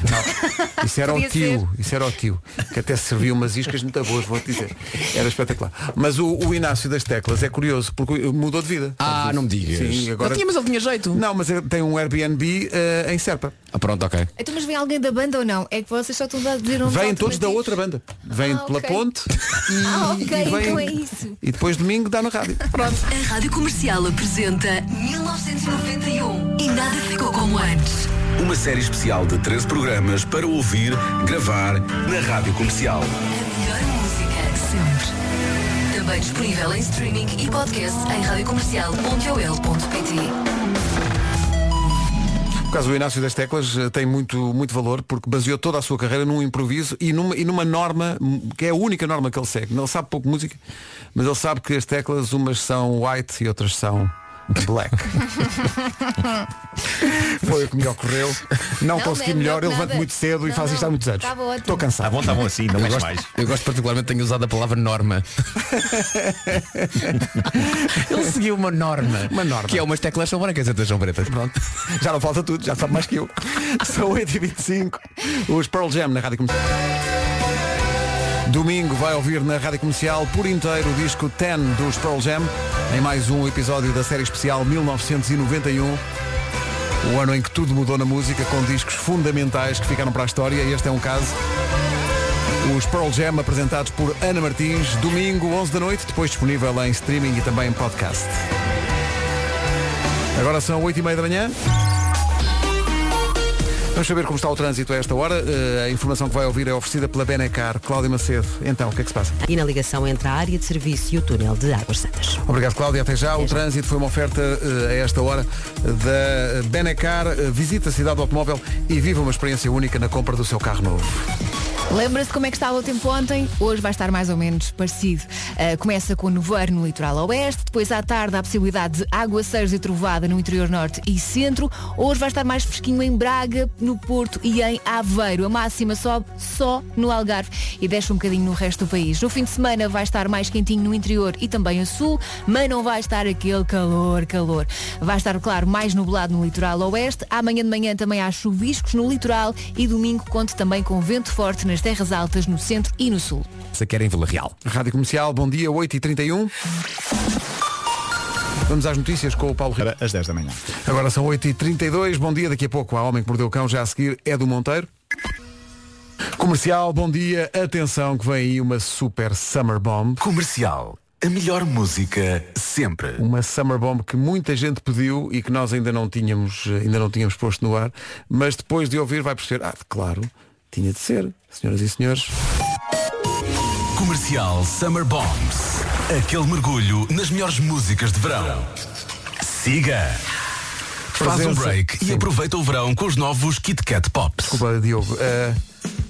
Isso era o Podia tio, isso era o tio, que até se servia umas iscas muito boas, vou-te dizer. Era espetacular. Mas o, o Inácio das Teclas é curioso, porque mudou de vida. Ah, não me digas. Sim, agora... Não tinha, mas ele tinha jeito. Não, mas ele tem um Airbnb eh, em Serpa. Ah, pronto, ok. Então mas vem alguém da banda ou não? É que vocês só estão a dizer um Vêm todos da outra banda. Vêm Ah, pela ok. ponte e, Ah, ok, e vêm- então é isso. E depois domingo dá no rádio. Pronto. A Rádio Comercial apresenta 1991 e nada ficou como antes. Uma série especial de 13 programas para ouvir, gravar na Rádio Comercial. A melhor música sempre. Também disponível em streaming e podcast em radiocomercial.ol.pt Por causa do Inácio das Teclas eh, tem muito, muito valor porque baseou toda a sua carreira num improviso e numa, e numa norma hum, que é a única norma que ele segue. Ele sabe pouco música, mas ele sabe que as teclas umas são white e outras são black. Foi o que me ocorreu. Não, Não, consegui não é melhor melhor, que ele levante nada. muito cedo e Não, faz não, isto há muitos anos. estava ótimo. Estou Tá cansado. bom, tá bom assim, é não Eu mais gosto, mais. eu gosto particularmente, tenho usado a palavra norma. Ele seguiu uma norma. Uma norma. Que é umas teclas são brancas e outras são pretas. Pronto. Já não falta tudo, já sabe mais que eu. São 8h25. Os Pearl Jam na Rádio Comercial. Domingo vai ouvir na Rádio Comercial por inteiro o disco 10 dos Pearl Jam, em mais um episódio da série especial 1991. O ano em que tudo mudou na música, com discos fundamentais que ficaram para a história, e este é um caso. Os Pearl Jam apresentados por Ana Martins, domingo 11 da noite, depois disponível em streaming e também em podcast. Agora são 8h30 da manhã. Vamos saber como está o trânsito a esta hora. Eh, a informação que vai ouvir é oferecida pela Benecar. Cláudia Macedo, então, o que é que se passa? E na ligação entre a área de serviço e o túnel de Águas Santas. Obrigado, Cláudia. Até já. O trânsito foi uma oferta eh, a esta hora da Benecar. Eh, visita a cidade do automóvel e viva uma experiência única na compra do seu carro novo. Lembra-se como é que estava o tempo ontem? Hoje vai estar mais ou menos parecido. Ah, começa com nevoeiro no litoral oeste, depois à tarde há a possibilidade de aguaceiros e trovada no interior norte e centro. Hoje vai estar mais fresquinho em Braga, no Porto e em Aveiro. A máxima sobe só no Algarve e desce um bocadinho no resto do país. No fim de semana vai estar mais quentinho no interior e também a sul, mas não vai estar aquele calor, calor. Vai estar, claro, mais nublado no litoral oeste. Amanhã de manhã também há chuviscos no litoral e domingo conto também com vento forte nas terras altas, no centro e no sul. Se querem Vila Real. Rádio Comercial, bom dia, 8h31. Vamos às notícias com o Paulo Rico. Era às 10 da manhã. Agora são 8h32, bom dia, daqui a pouco há Homem que Mordeu o Cão, já a seguir é do Monteiro. Comercial, bom dia, atenção que vem aí uma super Summer Bomb. Comercial. A melhor música sempre. Uma Summer Bomb que muita gente pediu e que nós ainda não tínhamos, ainda não tínhamos posto no ar, mas depois de ouvir vai perceber, ah, claro, tinha de ser, senhoras e senhores. Comercial Summer Bombs. Aquele mergulho nas melhores músicas de verão. Siga. Faz um Presença. break e Sim. aproveita o verão com os novos Kit Kat Pops. Desculpa, Diogo. Eh,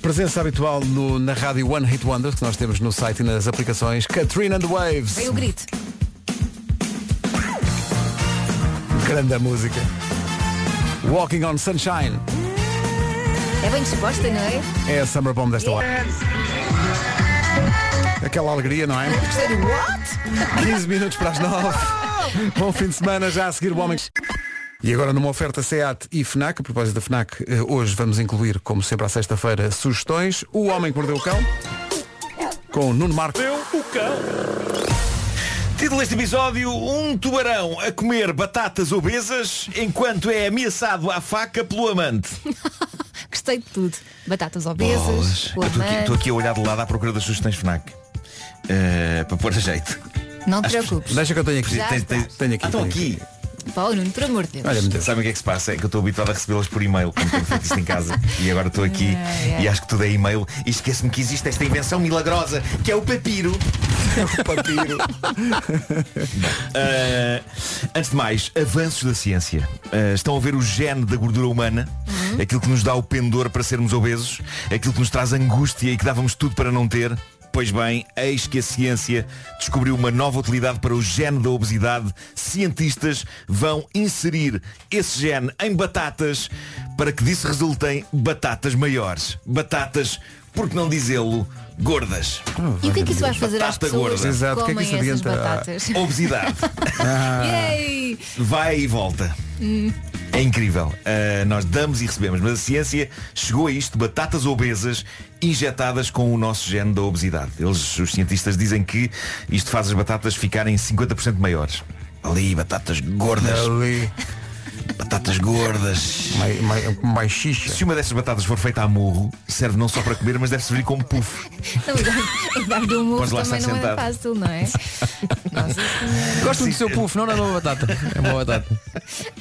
presença habitual no- na rádio One Hit Wonder, que nós temos no site e nas aplicações Katrina and the Waves. Vem o grito. Grande música. Walking on Sunshine. É bem disposta, não é? É a Summer Bomb desta hora. Aquela alegria, não é? Gostei do what? 15 minutos para as 9. Bom fim de semana, já a seguir o homem. E agora numa oferta SEAT e FNAC, a propósito da FNAC, eh, hoje vamos incluir, como sempre à sexta-feira, sugestões. O Homem que Mordeu o Cão, com Nuno Marco. o Título deste episódio, um tubarão a comer batatas obesas enquanto é ameaçado à faca pelo amante. Gostei de tudo. Batatas obesas, o Eu Estou aqui, amante. estou aqui a olhar de lado à procura das sugestões FNAC. eh, para pôr a jeito. Não te preocupes. Deixa que eu tenho aqui. Já Tenho, tenho, tenho aqui. Ah, estão aqui. Paulo, Nuno, por amor de Deus. Sabem o que é que se passa? É que eu estou habituado a recebê-las por e-mail, como tenho feito isto em casa. E agora estou aqui Ai, ai. e acho que tudo é e-mail. E esqueço-me que existe esta invenção milagrosa, que é o papiro. É o papiro. Uh, antes de mais, avanços da ciência. Uh, estão a ver o gene da gordura humana, aquilo que nos dá o pendor para sermos obesos, aquilo que nos traz angústia e que dávamos tudo para não ter. Pois bem, eis que a ciência descobriu uma nova utilidade para o gene da obesidade. Cientistas vão inserir esse gene em batatas para que disso resultem batatas maiores. Batatas, por que não dizê-lo, gordas. E o que é que isso vai fazer às Batata pessoas gorda. Exato, o que que é que comem isso essas adianta? Ah. batatas? Obesidade. Yay! Vai e volta. Hum. É incrível. Uh, nós damos e recebemos, mas a ciência chegou a isto, batatas obesas injetadas com o nosso gene da obesidade. Eles, os cientistas dizem que isto faz as batatas ficarem 50% maiores. Ali, batatas gordas. Ali. Batatas gordas. Mais, xixa. Se uma dessas batatas for feita a morro, serve não só para comer, mas deve servir como puff. Não, dar- Dar-lhe um murro Podes lá também estar não é sentado. fácil, não é? Gosto muito do seu puff, não, não é uma batata. É uma batata.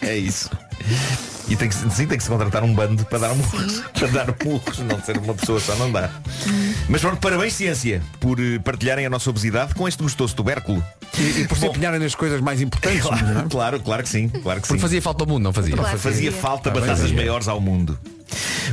É isso. E tem que, se- sim, tem que se contratar um bando para dar murros. Para dar murros, não ser uma pessoa só não dá. Mas pronto, parabéns ciência por eh, partilharem a nossa obesidade com este gostoso tubérculo. E, e por se empenharem nas coisas mais importantes. não é? Claro, claro que sim. Claro que Porque sim. fazia falta ao mundo, não fazia? Claro que fazia fazia. falta Ah, pois batatas é. maiores ao mundo.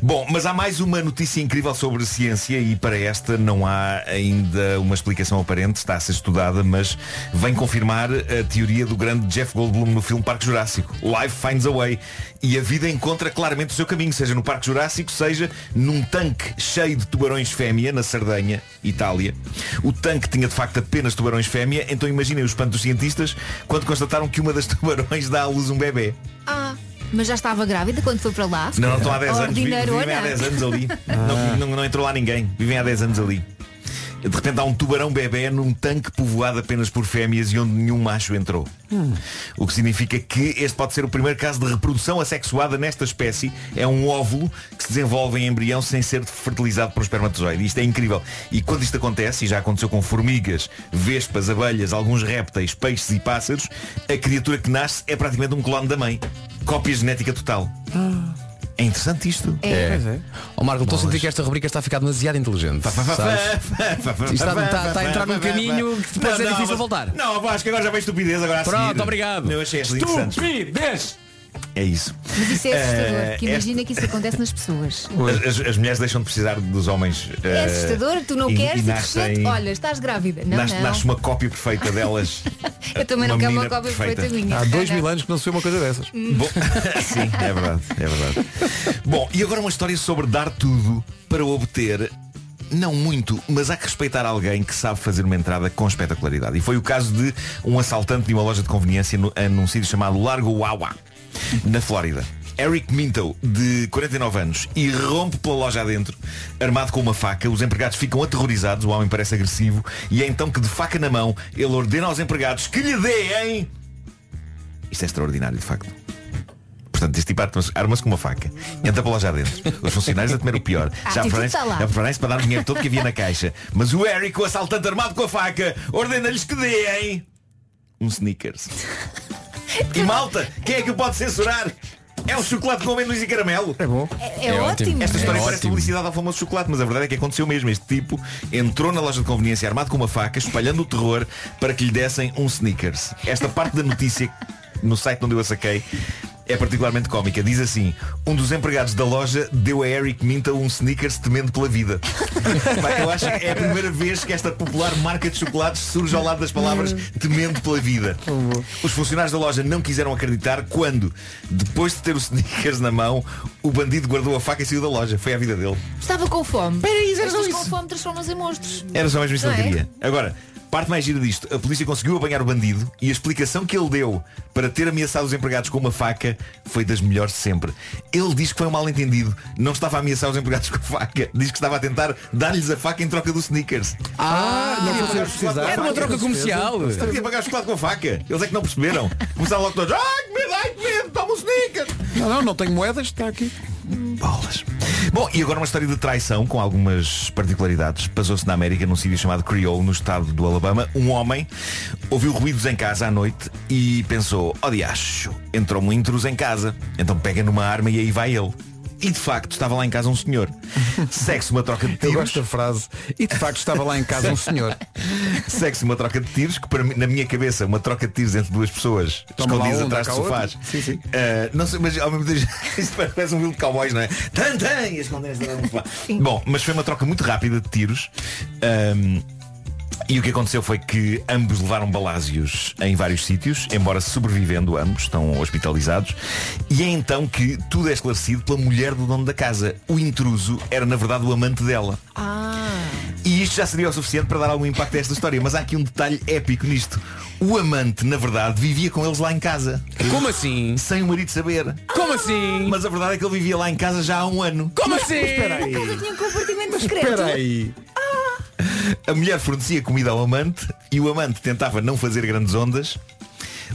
Bom, mas há mais uma notícia incrível sobre ciência e para esta não há ainda uma explicação aparente, está a ser estudada, mas vem confirmar a teoria do grande Jeff Goldblum no filme Parque Jurássico. Life finds a way. E a vida encontra claramente o seu caminho, seja no Parque Jurássico, seja num tanque cheio de tubarões fêmea na Sardenha, Itália. O tanque tinha de facto apenas tubarões fêmea, então imaginem o espanto dos cientistas quando constataram que uma das tubarões dá à luz um bebê. Ah, mas já estava grávida quando foi para lá? Não, não estão há 10 anos. vi- Ordinário, Vivem há olha. 10 anos ali. Não, não, não entrou lá ninguém. Vivem há 10 anos ali. De repente há um tubarão bebê num tanque povoado apenas por fêmeas e onde nenhum macho entrou. O que significa que este pode ser o primeiro caso de reprodução assexuada nesta espécie. É um óvulo que se desenvolve em embrião sem ser fertilizado por espermatozoide. Isto é incrível. E quando isto acontece, e já aconteceu com formigas, vespas, abelhas, alguns répteis, peixes e pássaros, a criatura que nasce é praticamente um clone da mãe. Cópia genética total. É interessante isto. é, Ó Marco, estou a sentir que esta rubrica está a ficar demasiado inteligente. sabes? Isto está, está- está a entrar num caminho que depois Não, é não, difícil mas- voltar. Não, acho que agora já vem estupidez agora a Pronto, seguir. obrigado. Eu achei esta interessante. Estupidez! É isso. Mas isso é assustador, Eh, que imagina que isso acontece nas pessoas. esta- as, as mulheres deixam de precisar dos homens. É eh, assustador, tu não e- queres e e de nascem- repente, olha, estás grávida. Não, nasce, não. nasce uma cópia perfeita delas. Eu também não quero uma menina cópia perfeita minha. Há dois Não, não. mil anos que não se vê uma coisa dessas. Bom, sim, é verdade, é verdade. Bom, e agora uma história sobre dar tudo para obter não muito, mas há que respeitar alguém que sabe fazer uma entrada com espetacularidade. E foi o caso de um assaltante de uma loja de conveniência no, num sítio chamado Largo Wawa, na Flórida. Eric Minto, de 49 anos, irrompe pela loja adentro, armado com uma faca, os empregados ficam aterrorizados, o homem parece agressivo, e é então que de faca na mão ele ordena aos empregados que lhe deem isto é extraordinário, de facto. Portanto, este tipo arma-se- arma-se com uma faca. Entra para lá já dentro. Os funcionários a comer o pior. A Já atitude preparem-se está lá. já preparem-se para dar o dinheiro todo que havia na caixa. Mas o Eric, o assaltante armado com a faca, ordena-lhes que deem um sneakers. E malta, quem é que o pode censurar? É um chocolate com amendoins e caramelo. É bom. É- é É ótimo. ótimo. Esta história É parece ótimo. publicidade ao famoso chocolate, mas a verdade é que aconteceu mesmo. Este tipo entrou na loja de conveniência armado com uma faca, espalhando o terror para que lhe dessem um sneakers. Esta parte da notícia no site onde eu a saquei é particularmente cómica. Diz assim, um dos empregados da loja deu a Eric Minta um sneakers temendo pela vida. Pá, Eu acho que é a primeira vez que esta popular marca de chocolates surge ao lado das palavras temendo pela vida. Os funcionários da loja não quiseram acreditar quando, depois de ter o sneakers na mão, o bandido guardou a faca e saiu da loja. Foi a vida dele. Estava com fome. Peraí, era só com fome transformam-se em monstros. Era só mesmo isso Não que é? ele queria. Agora, parte mais gira disto. A polícia conseguiu apanhar o bandido e a explicação que ele deu para ter ameaçado os empregados com uma faca foi das melhores de sempre. Ele diz que foi um mal entendido. Não estava a ameaçar os empregados com a faca. Diz que estava a tentar dar-lhes a faca em troca do sneakers. Ah, não fosse eles precisarem. Era uma troca comercial. Estava a pagar chocolate com a faca. Eles é que não perceberam. Começaram logo todos. Ai, que medo, ai, que medo, toma um o sneakers. Não, não, não tenho moedas, está aqui. Bom, e agora uma história de traição com algumas particularidades. Passou-se na América num sítio chamado Creole, no estado do Alabama. Um homem ouviu ruídos em casa à noite e pensou, ó diacho, entrou-me um intruso em casa. Então pega numa arma e aí vai ele. E de facto estava lá em casa um senhor. Segue-se uma troca de tiros. Eu gosto da frase. E de facto estava lá em casa um senhor. Segue-se uma troca de tiros, que para mim- na minha cabeça, uma troca de tiros entre duas pessoas, Toma lá escondidas um, dá atrás de cá outro. sofás. Uh, não sei, mas ao mesmo tempo isto parece um filme de cowboys, não é? Tan, tan, e as condenas de um pá. Bom, mas foi uma troca muito rápida de tiros. Um, e o que aconteceu foi que ambos levaram balásios em vários sítios, embora sobrevivendo ambos, estão hospitalizados. E é então que tudo é esclarecido pela mulher do dono da casa. O intruso era, na verdade, o amante dela. Ah. E isto já seria o suficiente para dar algum impacto a esta história, mas há aqui um detalhe épico nisto. O amante, na verdade, vivia com eles lá em casa. Como assim? Sem o marido saber. Como assim? Mas a verdade é que ele vivia lá em casa já há um ano. Como assim? espera aí. Por causa tinha um compartimento Mas discreto. espera aí. A mulher fornecia comida ao amante e o amante tentava não fazer grandes ondas,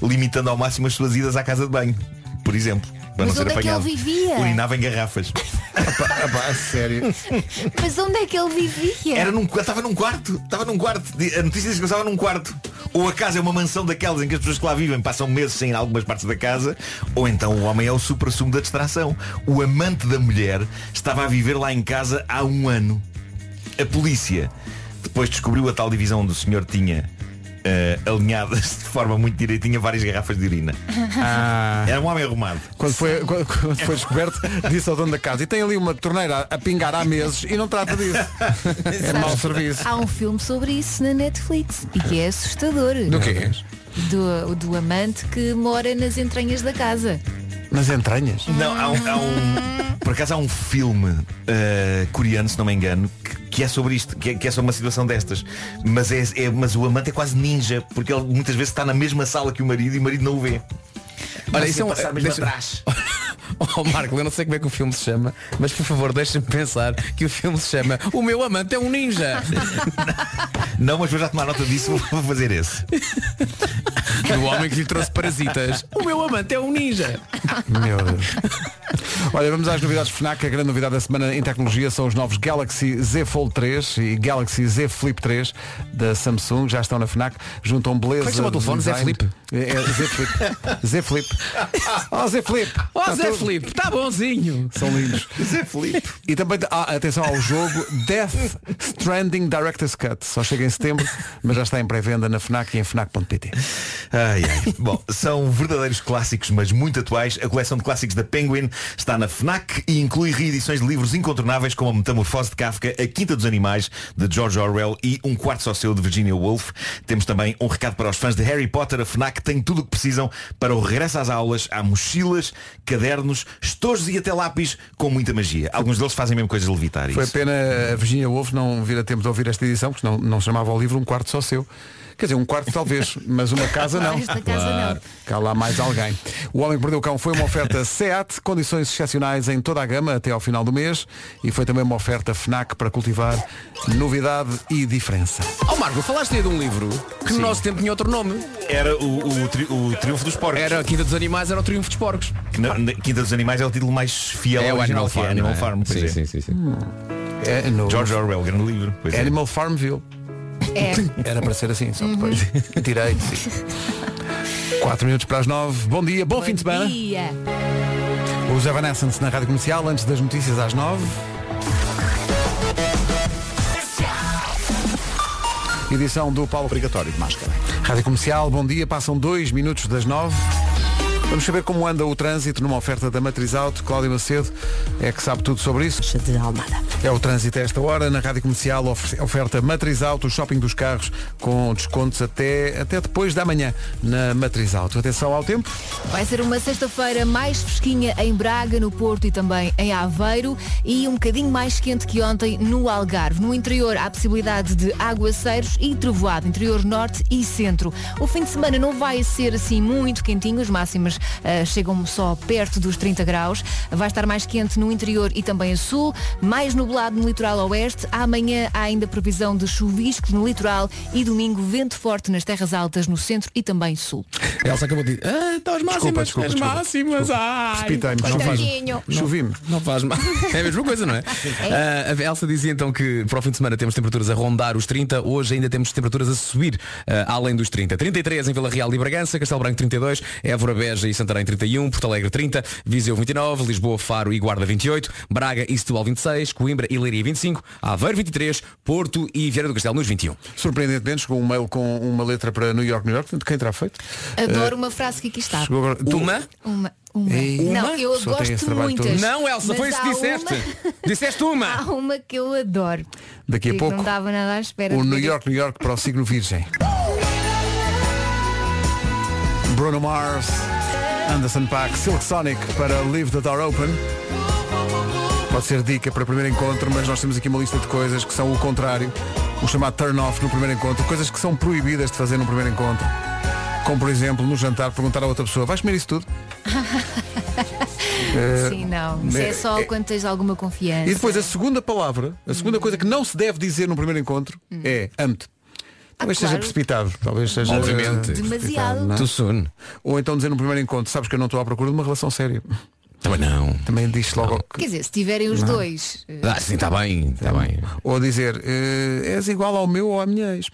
limitando ao máximo as suas idas à casa de banho, por exemplo. Para Mas não ser onde é que ele apanhado. vivia? Urinava em garrafas. sério. Mas onde é que ele vivia? Era num, estava num quarto, estava num quarto. Di- A notícia diz que ele estava num quarto. Ou a casa é uma mansão daquelas em que as pessoas que lá vivem passam meses sem ir a algumas partes da casa, ou então o homem é o supra-sumo da distração. O amante da mulher estava a viver lá em casa há um ano. A polícia depois descobriu a tal divisão onde o senhor tinha É, eh, alinhadas de forma muito direitinha várias garrafas de urina. Era um homem arrumado. Quando foi, quando- quando foi descoberto, disse ao dono da casa, e tem ali uma torneira a pingar há meses e não trata disso. é mau serviço. Há um filme sobre isso na Netflix e que é assustador. Do quê? Do, do amante que mora nas entranhas da casa. Nas entranhas? Não, há um, há um- Por acaso há um filme eh, coreano, se não me engano, que, que é sobre isto, que é, que é sobre uma situação destas. Mas, é, é- mas o amante é quase ninja, porque ele muitas vezes está na mesma sala que o marido e o marido não o vê. Olha, Olha, isso é um- passar mesmo deixa- atrás. Oh Marco, eu não sei como é que o filme se chama, mas por favor deixa-me pensar que o filme se chama O Meu Amante é um Ninja. Não, mas vou já tomar nota disso, vou fazer esse. Do homem que lhe trouxe parasitas. O meu amante é um ninja. Meu Deus. Olha, vamos às novidades FNAC. A grande novidade da semana em tecnologia são os novos Galaxy Z Fold 3 e Galaxy Z Flip 3 da Samsung. Já estão na FNAC. Juntam beleza. Como é que chama o telefone? design- Z Flip? É, é Z Flip. Z Flip. Ó Zé Felipe. Ó Tá Zé tudo. Felipe, está bonzinho. São lindos. Zé Felipe. E também, ah, atenção ao jogo Death Stranding Director's Cut. Só chega em setembro, mas já está em pré-venda na FNAC e em FNAC.pt. Ai, ai. Bom, são verdadeiros clássicos, mas muito atuais. A coleção de clássicos da Penguin está na FNAC e inclui reedições de livros incontornáveis como A Metamorfose de Kafka, A Quinta dos Animais, de George Orwell e Um Quarto Só Seu, de Virginia Woolf. Temos também um recado para os fãs de Harry Potter. A FNAC tem tudo o que precisam para o regresso às aulas. Há mochilas, cadernos, estojos e até lápis com muita magia. Alguns deles fazem mesmo coisas levitárias. Foi pena a Virginia Woolf não vir a tempo de ouvir esta edição, porque não, não chamava ao livro um quarto só seu. Quer dizer, um quarto talvez, mas uma casa não. Esta casa não. Claro. Cá lá mais alguém. O Homem que Perdeu o Cão foi uma oferta SEAT, condições excepcionais em toda a gama até ao final do mês, e foi também uma oferta FNAC para cultivar novidade e diferença. Ó Marco, falaste aí de um livro que no nosso tempo tinha outro nome. Era o, o tri- o Triunfo dos Porcos. Era a Quinta dos Animais, era o Triunfo dos Porcos. Que na- na Quinta dos Animais é o título mais fiel É ao o original, Animal que é Farm, Animal não é? Farm. pois Sim, é. sim, sim, sim. É no George Orwell, grande livro. pois é. Animal Farmville. É. Era para ser assim, só depois. Tirei. 4 minutos para as 9. Bom dia, bom, fim de semana. Dia. Os Evanescence na Rádio Comercial, antes das notícias às 9. Edição do Paulo Obrigatório de Máscara. Rádio Comercial, bom dia, passam dois minutos das nove. Vamos saber como anda o trânsito numa oferta da Matriz Auto. Cláudio Macedo é que sabe tudo sobre isso. De Almada. É o trânsito a esta hora na Rádio Comercial ofe- oferta Matriz Auto, o shopping dos carros com descontos até, até depois da manhã na Matriz Auto. Atenção ao tempo. Vai ser uma sexta-feira mais fresquinha em Braga, no Porto e também em Aveiro e um bocadinho mais quente que ontem no Algarve. No interior há possibilidade de aguaceiros e trovoado, interior norte e centro. O fim de semana não vai ser assim muito quentinho, as máximas ah, chegam só perto dos 30 graus. Vai estar mais quente no interior e também a sul, mais nublado no litoral oeste. Amanhã há ainda previsão de chuviscos no litoral e domingo vento forte nas terras altas no centro e também sul. Elsa acabou de dizer, ah, então as máximas, desculpa, as desculpa, máximas, ai. Precipitei-me, Não faz- um- Coitadinho. não- Chovi-me. Não faz mal. É a mesma coisa, não é? Ah, a Elsa dizia então que para o fim de semana temos temperaturas a rondar os 30, hoje ainda temos temperaturas a subir ah, além dos 30. 33 em Vila Real e Bragança, Castelo Branco 32, Évora Beja e Santarém 31, Porto Alegre 30, Viseu 29, Lisboa, Faro e Guarda 28, Braga e Setúbal 26, Coimbra e Leiria 25, Aveiro 23, Porto e Vieira do Castelo nos 21. Surpreendentemente chegou um mail com uma letra para New York, New York. Portanto, Quem terá feito? Adoro uma frase que aqui está. Eh, chegou agora- Tu- Uma? Uma. Uma. Ei. Não, Uma? eu Só tem gosto esse de trabalho todo. muitas. Não, Elsa, foi mas isso que há disseste. uma- Disseste uma. Há um- uma que eu adoro. Daqui a que pouco, Não dava nada à espera. o de New ver. York, New York para o signo virgem. Bruno Mars, Anderson Paak, Silk Sonic para Leave the Door Open. Pode ser dica para o primeiro encontro, mas nós temos aqui uma lista de coisas que são o contrário. O chamado turn off no primeiro encontro. Coisas que são proibidas de fazer no primeiro encontro. Como, por exemplo, no jantar, perguntar a outra pessoa, vais comer isso tudo? Eh, Sim, não. Isso é só quando tens alguma confiança. E depois a segunda palavra, a segunda coisa que não se deve dizer no primeiro encontro é amo-te. Talvez Hum. Ah, claro. seja precipitado, talvez seja Obviamente. eh, precipitado, Demasiado. não é? Too soon. Ou então dizer no primeiro encontro, sabes que eu não estou à procura de uma relação séria. Também não. Também diz logo Quer que... dizer, se tiverem os dois. eh, Ah, sim, está bem, está bem. Ou dizer, eh, és igual ao meu ou à minha ex.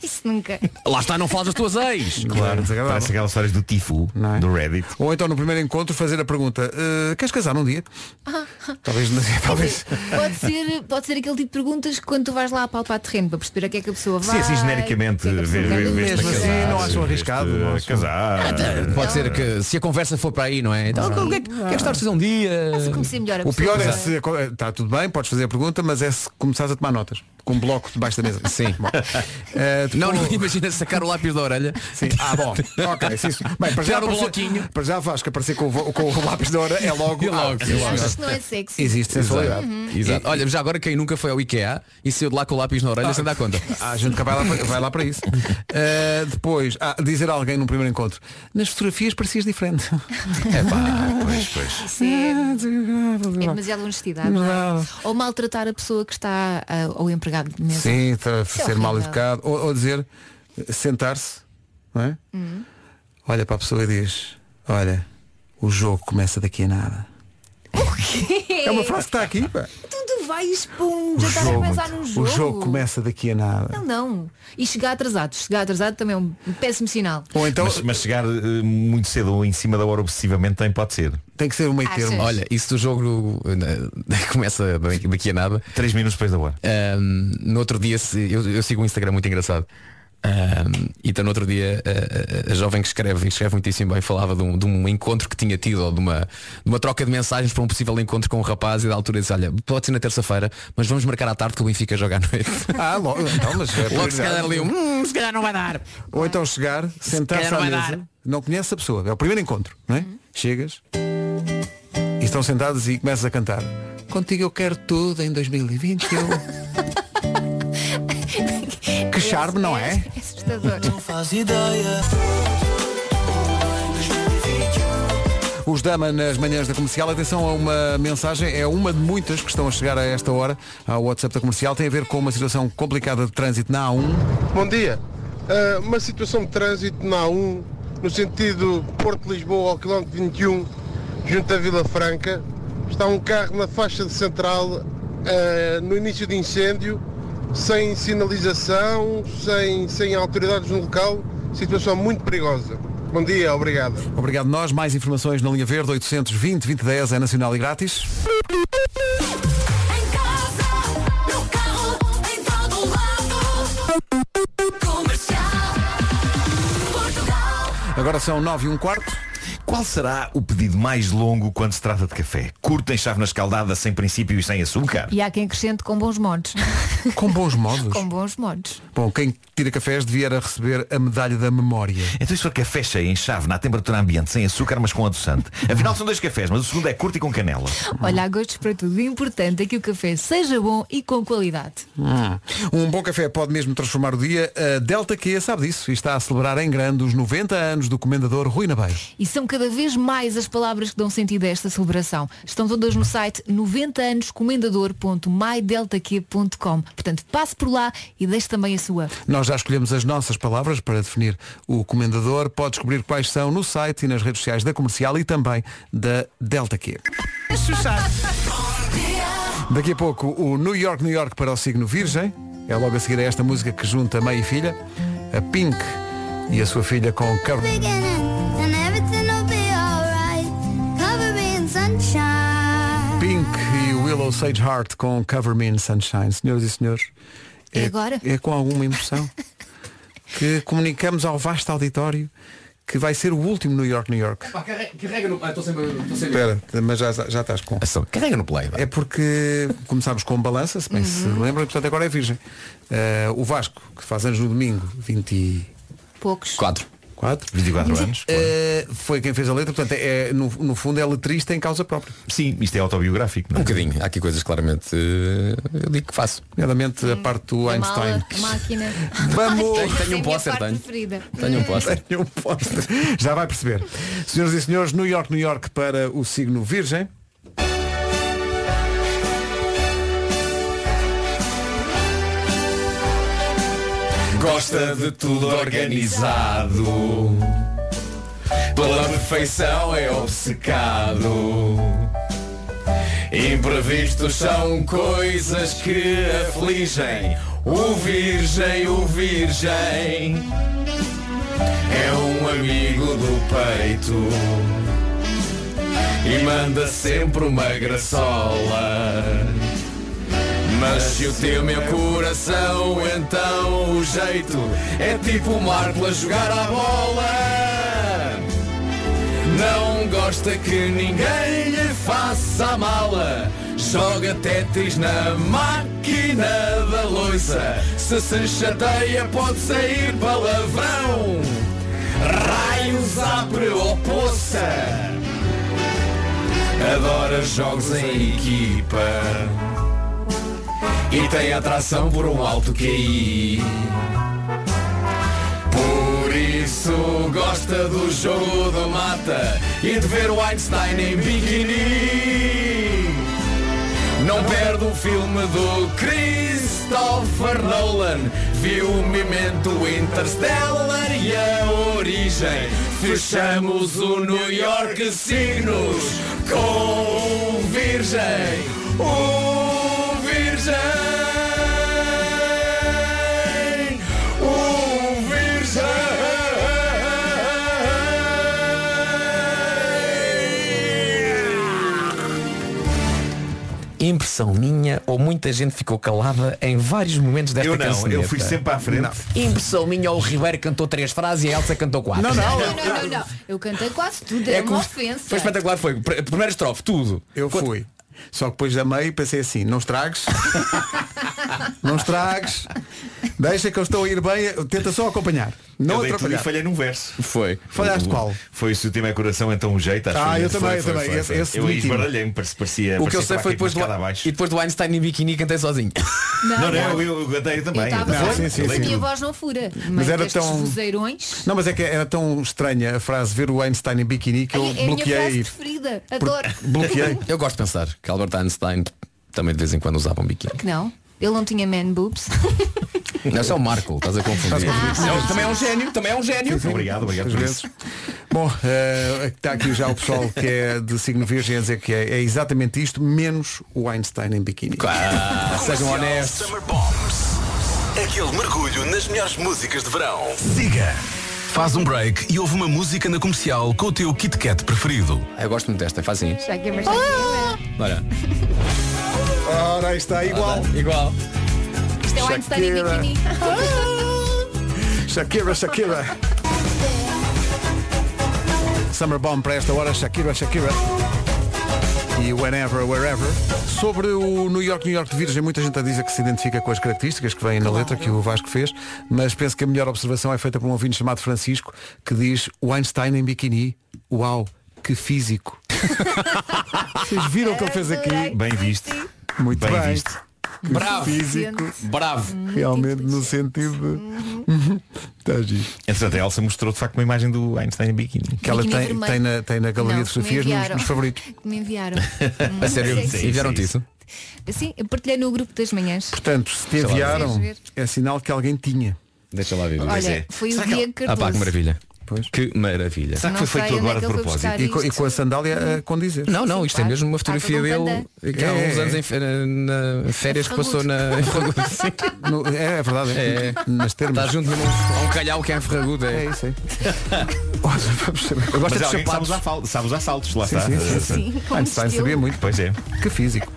Isso nunca. Lá está, não falas das tuas ex. Claro, é desagradável. Parece aquelas histórias do Tifu, Não é? do Reddit. Ou então no primeiro encontro fazer a pergunta, eh, queres casar num dia? talvez, talvez. Pode ser, pode ser aquele tipo de perguntas que quando tu vais lá a palpar terreno para perceber a que é que a pessoa vai. Sim, assim genericamente o que é que a pessoa ver, quer ver, do ver mundo. Mesmo assim, não acham arriscado, não acham? casar. Pode ser que se a conversa for para aí, não é? Então, o que é que queres estar fazer um dia? Se conhecer melhor a O pessoa, pior é não se. Está tudo bem, podes fazer a pergunta, mas é se começares a tomar notas. Com um bloco debaixo da mesa. Sim. Bom. Eh, Não, não depois- imagina sacar o lápis da orelha. Sim. Ah, bom. Ok, sim, sim. Bem, para já, Tirar o aparecer- um bloquinho. para já Vasco aparecer com o, vo- com o lápis da hora é logo. É logo, é logo. Achas que não é sexy? Existe sensualidade. Exato. Olha, já agora quem nunca foi ao IKEA e saiu de lá com o lápis na orelha sem dar conta. Há gente que vai lá, para- vai lá para isso. Eh, depois, ah, dizer a alguém num primeiro encontro, nas fotografias parecias diferente. É pá. Pois, pois. Isso é- desagradável. É demasiada honestidade. não é? Verdade. Ou maltratar a pessoa que está ah, ou empregado mesmo. Sim, tra- é ser mal horrível. educado. Ou, ou dizer, eh, sentar-se, não é? Uhum. Olha para a pessoa e diz, olha, o jogo começa daqui a nada. É uma frase que está aqui, pá. Então Tu vais, pum, O já estás a jogo, pensar num jogo. o jogo começa daqui a nada. Não, não. E chegar atrasado. Chegar atrasado também é um péssimo sinal. Ou então Mas, mas chegar eh, muito cedo ou em cima da hora obsessivamente também pode ser. tem que ser um meio termo. Achas? Olha, isso do jogo eh, começa bem- daqui a nada. Três minutos depois da hora. Ahm, no outro dia, se- eu, eu sigo um Instagram muito engraçado. Ahm, e então no outro dia a, a- a jovem que escreve, e escreve muitíssimo bem, falava de um, de um encontro que tinha tido ou de uma, de uma troca de mensagens para um possível encontro com um rapaz e da altura disse, olha, pode ser na terça-feira, mas vamos marcar à tarde que o Benfica joga à noite. Ah, logo, então, mas é Logo se calhar ali, um, "Hum, se calhar não vai dar. Ou então chegar, sentar-se calhar não à vai mesa, dar. Uhum. não conhece a pessoa, é o primeiro encontro, não é? Chegas e estão sentados e começas a cantar. Contigo eu quero tudo em 2021. que charme, não é? É assustador. Os Dama nas manhãs da comercial. Atenção a uma mensagem, é uma de muitas que estão a chegar a esta hora ao WhatsApp da comercial. Tem a ver com uma situação complicada de trânsito na A1. Bom dia. Ah, uma situação de trânsito na A1, no sentido Porto-Lisboa ao quilómetro 21, junto à Vila Franca. Está um carro na faixa de central, ah, no início de incêndio, sem sinalização, sem, sem autoridades no local. Situação muito perigosa. Bom dia, obrigado. Obrigado nós. Mais informações na linha verde 820 2010 é nacional e grátis. Em casa, no carro, em todo lado. Comercial. Portugal. Agora são 9 e um quarto. Qual será o pedido mais longo quando se trata de café? Curto em chávena escaldada, sem princípio e sem açúcar? E há quem acrescente com bons modos. Com bons modos? com bons modos. Bom, quem tira cafés devia era receber a medalha da memória. Então isso foi café cheio, em chávena, à temperatura ambiente, sem açúcar, mas com adoçante. Afinal são dois cafés, mas o segundo é curto e com canela. Olha, há gostos para tudo. O importante é que o café seja bom e com qualidade. Hum. Um bom café pode mesmo transformar o dia. A Delta Q sabe disso e está a celebrar em grande os 90 anos do comendador Rui Nabeiro. E são cada vez mais as palavras que dão sentido a esta celebração. Estão todas no site 90anoscomendador.mydeltaq.com. Portanto, passe por lá e deixe também a sua. Nós já escolhemos as nossas palavras para definir o comendador. Pode descobrir quais são no site e nas redes sociais da Comercial e também da Delta Q. Daqui a pouco o New York, New York para o signo Virgem. É logo a seguir a esta música que junta mãe e filha, a Pink e a sua filha com o Cover. And everything'll be alright. Cover me in sunshine. Pink e Willow Sage Heart com Cover Me in Sunshine. Senhoras e senhores, É agora? é com alguma emoção que comunicamos ao vasto auditório que vai ser o último New York, New York. Carrega no. Estou sem. Espera, mas já, já estás com. Ah, Carrega no play. É porque começámos com balança, se bem se Uhum. lembra, portanto agora é virgem. Eh, o Vasco, que faz anos no domingo, 24 Poucos. Um 4? 24 anos, Eh, foi quem fez a letra, portanto, é, no, no fundo é letrista em causa própria. Sim, isto é autobiográfico. Um bocadinho. Há aqui coisas claramente. eh, Eu digo que faço. Nomeadamente a parte do A Einstein. Hum, é mala, a máquina. Vamos! Ai, Tenho um essa é a minha póster, parte tenho. preferida. Tenho um póster. Tenho um póster. Já vai perceber. Senhoras e senhores, New York, New York para o signo Virgem. Gosta de tudo organizado. Pela perfeição é obcecado. Imprevistos são coisas que afligem. O virgem, o virgem. É um amigo do peito. E manda sempre uma graçola. Mas se o tema é o coração, então o jeito é tipo o Marco a jogar à bola. Não gosta que ninguém lhe faça a mala. Joga tétis na máquina da louça. Se se chateia, pode sair palavrão. Raios abre ou poça. Adora jogos em equipa e tem atração por um alto QI. Por isso gosta do jogo da mata e de ver o Einstein em biquíni. Não perde o filme do Christopher Nolan. Viu o Memento Interstellar e a Origem. Fechamos o New York Signos com o Virgem. O Virgem. O Virgem. Impressão minha ou muita gente ficou calada em vários momentos desta Eu não, canção. eu fui sempre à frente. Impressão minha ou o Ribeiro cantou três frases e a Elsa cantou quatro. não, não, não, não. Eu cantei quase tudo, é, É uma como- ofensa. Foi espetacular, foi. Pr- Primeira estrofe, tudo. Eu fui. Só que depois da meio pensei assim, não estragues, não estragues, deixa que eu estou a ir bem, tenta só acompanhar. Não eu dei tudo e atrapalhar. falhei num verso. Foi. Falhaste qual? Foi se o tema é coração, então o jeito. Acho Ah, que eu foi, também, eu foi, também. foi, Esse- foi. esse eu aí demiti-me. esbaralhei-me, parecia, parecia o que eu sei foi depois do, cada abaixo. e depois do Einstein em biquíni cantei sozinho. Não, Não, não, eu, eu cantei também. Eu estava Eu não, cantei. a minha voz não fura. Mas, era estes tão- vozeirões. Não, mas é que era tão estranha a frase ver o Einstein em biquíni que eu Ai, é a minha bloqueei. frase preferida. Adoro. Bloqueei. Eu gosto de pensar que Albert Einstein também de vez em quando usava um biquíni. Que não. Ele não tinha man boobs. Não, isso é o Marco, estás a confundir. Ele também é um gênio, também é um gênio. Obrigado, obrigado Às por vezes. isso. um- Bom, eh, está aqui já o pessoal que é de signo virgem a dizer que é, é exatamente isto, menos o Einstein em biquíni. Ah, sejam honestos. Summer Bombs. Aquele mergulho nas melhores músicas de verão. Siga. Faz um break e ouve uma música na comercial com o teu Kit Kat preferido. Eu gosto muito desta, faz assim. Ah! Bora. Ora, aí está igual. Igual. Isto é o Einstein em Shakira. biquíni. Shakira, Shakira. Summer Bomb para esta hora, Shakira, Shakira. E Whenever, Wherever. Sobre o New York, New York de Virgem, muita gente a dizer que se identifica com as características que vêm na letra que o Vasco fez, mas penso que a melhor observação é feita por um ouvinte chamado Francisco, que diz o Einstein em biquíni, uau, que físico. Vocês viram o que ele fez aqui? Bem visto. Muito bem. Bem visto. Que Bravo. Físico. Bravo. Realmente no sentido Uhum. de... Está giro. Entretanto, a Elsa mostrou de facto uma imagem do Einstein em biquíni. Que ela Biquíni tem, vermelho. tem, na, tem na galeria Não, de que me fotografias nos, enviaram. nos favoritos. Que me enviaram. A sério, Sim, sim, enviaram-te isso? Sim, eu partilhei no grupo das manhãs. Portanto, se te Sei lá. enviaram, Queres ver? é sinal que alguém tinha. Deixa lá ver. Olha, Pois é. foi o Será que Diego ela- Ah pá, que Cardoso. maravilha. Pois. Que maravilha. Será que Não foi feito sei agora onde é que de ele foi propósito? buscar E co- e com, isto. Uhum. a sandália a condizer. Não, não, isto é mesmo uma fotografia Estava com dele bandana. que há É, uns é, anos é. em fe- na, na férias que passou na. No- é, é verdade, é. É. Nas termas. Está junto mesmo a um calhau que é em ferragudo. É, É isso aí. Olha, vamos saber. Eu Mas Tá, gosto é de alguém que sabe sapatos. usar, fal- sabe usar saltos, lá Sim, está. sim, sim, sim. Sim. Einstein sabia muito. Pois é. Que físico.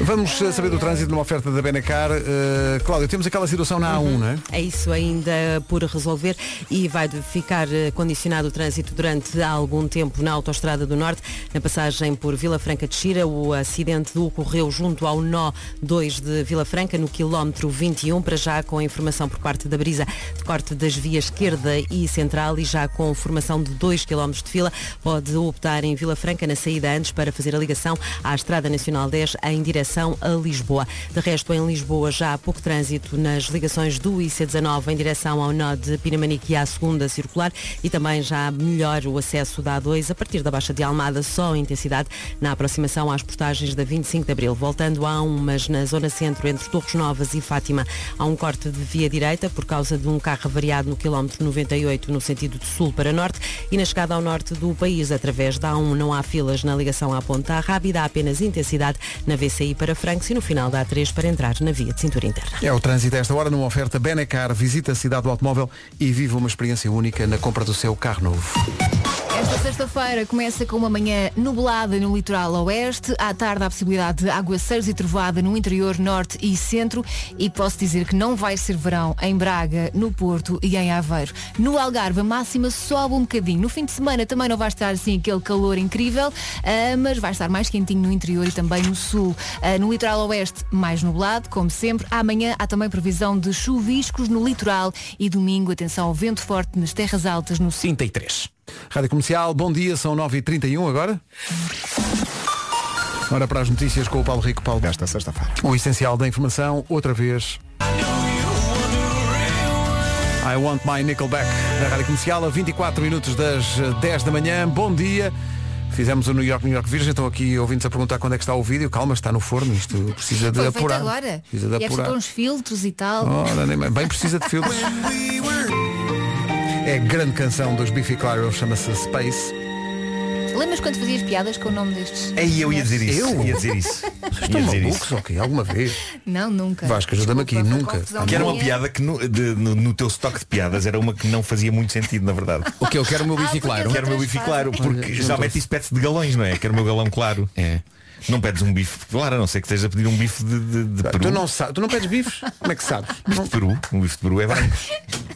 Vamos eh, saber do trânsito numa oferta da Benacar. Eh, Cláudio, temos aquela situação na A1, Uhum. não é? É isso ainda por resolver e vai de ficar eh, condicionado o trânsito durante algum tempo na Autostrada do Norte, na passagem por Vila Franca de Xira. O acidente ocorreu junto ao nó 2 de Vila Franca, no quilómetro 21, para já com informação por parte da Brisa de corte das vias esquerda e central e já com formação de 2 km de fila. Pode optar em Vila Franca na saída antes para fazer a ligação à Estrada Nacional 10 em direção a Lisboa. De resto, em Lisboa já há pouco trânsito nas ligações do IC19 em direção ao nó de Pinamanique e à segunda circular e também já melhor o acesso da A2 a partir da Baixa de Almada, só em intensidade na aproximação às portagens da 25 de Abril. Voltando a um, mas na zona centro entre Torres Novas e Fátima há um corte de via direita por causa de um carro avariado no quilómetro 98 no sentido de sul para norte e na chegada ao norte do país através da A1 não há filas na ligação à Ponta Rábida, há apenas intensidade na VCI para Francos e no final da A3 para entrar na via de cintura interna. É o trânsito a esta hora numa oferta Benacar. Visita a cidade do automóvel e viva uma experiência única na compra do seu carro novo. Esta sexta-feira começa com uma manhã nublada no litoral oeste. À tarde há a possibilidade de aguaceiros e trovoada no interior norte e centro. E posso dizer que não vai ser verão em Braga, no Porto e em Aveiro. No Algarve a máxima sobe um bocadinho. No fim de semana também não vai estar assim aquele calor incrível, ah, mas vai estar mais quentinho no interior e também no sul. Ah, no litoral oeste mais nublado, como sempre. Amanhã há também previsão de chuviscos no litoral e domingo atenção ao vento forte nas terras altas no sul. 33. Rádio Comercial, bom dia, são 9h31 agora. Hora para as notícias com o Paulo Rico. Paulo. Gasta sexta-feira. O essencial da informação, outra vez. I want my Nickelback. Na Rádio Comercial, a 24 minutos das eh, 10 da manhã. Bom dia. Fizemos o New York, New York Virgem. Estão aqui ouvintes a perguntar quando é que está o vídeo. Calma, está no forno. Isto precisa de Foi feito apurar. agora. Precisa e de é preciso um apurar. Oh. pôr uns filtros e tal. Ora, nem mais. bem precisa de filtros. É a grande canção dos Biffy Clyro, chama-se Space. Lembras quando fazias piadas com o nome destes? Aí eu ia dizer isso. Eu? Ia dizer isso. Ia Estão dizer malucos isso. ou quê? Alguma vez? Não, nunca. Vasco, ajuda-me aqui, Desculpa, nunca. confusão Que era uma minha. piada que no, de- no- no teu estoque de piadas era uma que não fazia muito sentido, na verdade. O que eu quero o meu bife claro. Quero o meu bife claro, porque geralmente isso pede-se de galões, não é? Quero o meu galão claro. É. Não pedes um bife claro, a não ser que estejas a pedir um bife de, de, de peru. Tu não, sabes, tu não pedes bifes? Como é que sabes? Bife de peru. Um bife de peru é branco.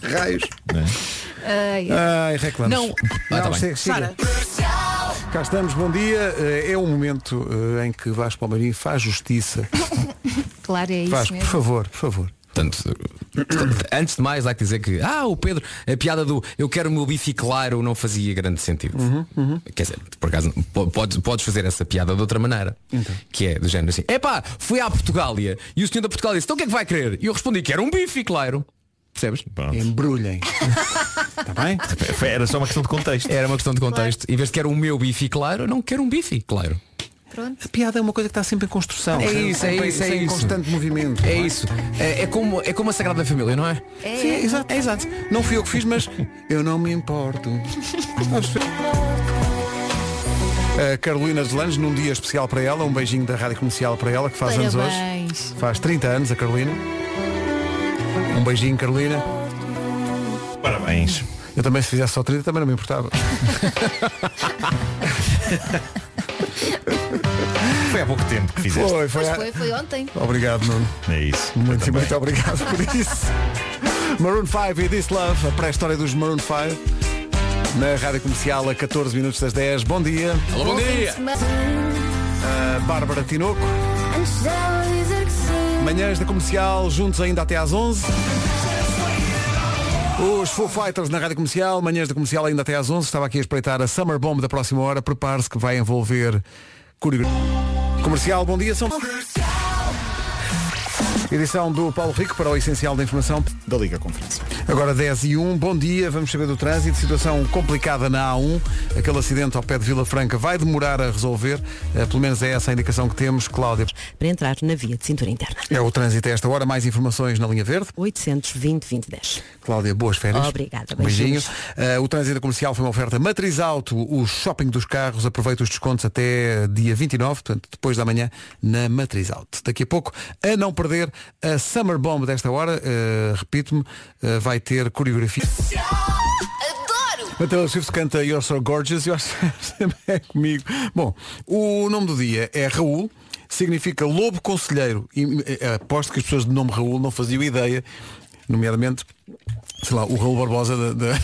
Raios. não é? Ai, Ai, reclamos. Não. Ah, não tá bem. chega, chega. Cá estamos, bom dia. Eh, É um momento eh, em que Vasco Palmeirinho faz justiça. claro, é isso Vasco, por mesmo. favor, por favor. Portanto, antes de mais há que dizer que Ah, o Pedro, a piada do Eu quero o meu bife claro não fazia grande sentido Quer dizer, por acaso po- podes, podes fazer essa piada de outra maneira Que é do género assim Epá, fui à Portugália E o senhor da Portugália disse Então o que é que vai querer? E eu respondi Quero um bife claro Percebes? Embrulhem. Está bem? Foi- Era só uma questão de contexto. É. Era uma questão de contexto Em vez de quero o meu bife claro eu Não quero um bife claro A piada é uma coisa que está sempre em construção. É isso, é Sempre isso, é sempre em isso. constante movimento. É não isso É, é como, é como a Sagrada Família, não é? É, Sim, exato. exato. Não fui eu que fiz, mas eu não me importo. A Carolina de Lange, num dia especial para ela, um beijinho da Rádio Comercial para ela, que faz anos hoje. Parabéns. Faz 30 anos a Carolina. Um beijinho, Carolina. Parabéns. Eu também se fizesse só 30 também não me importava. Foi há pouco tempo que fizeste. Foi, foi. Pois a- foi, foi ontem. Obrigado, Nuno. É isso. Eu Muito, também. muito obrigado por isso. Maroon 5 e This Love, a pré-história dos Maroon 5. Na Rádio Comercial a 14 minutos das 10. Bom dia. Alô, bom dia. A Bárbara Tinoco. Antes dela dizer que sim. Manhãs da Comercial, juntos ainda até às 11. Os Foo Fighters na Rádio Comercial, manhãs da Comercial ainda até às 11. Estava aqui a espreitar a Summer Bomb da próxima hora. Prepare-se que vai envolver coreografia. Comercial, bom dia. São... Edição do Paulo Rico para o Essencial da Informação da Liga Conferência. Agora 10 e 1, bom dia, vamos saber do trânsito. Situação complicada na A1, aquele acidente ao pé de Vila Franca vai demorar a resolver, Eh, pelo menos é essa a indicação que temos, Cláudia. Para entrar na via de cintura interna. É o trânsito a esta hora, mais informações na linha verde. 820 2010. Cláudia, boas férias. Obrigada, Um beijinho. beijinhos. Eh, o trânsito comercial foi uma oferta matriz alto, o shopping dos carros, aproveita os descontos até dia 29, portanto, depois da manhã, na matriz alto. Daqui a pouco, a não perder, a Summer Bomb desta hora, eh, repito-me, eh, vai ter coreografia. Adoro! A Taylor Swift canta You're So Gorgeous e eu acho que é comigo. Bom, o nome do dia é Raul, significa lobo conselheiro. E, eh, aposto que as pessoas de nome Raul não faziam ideia, nomeadamente, sei lá, o Raul Barbosa da. da...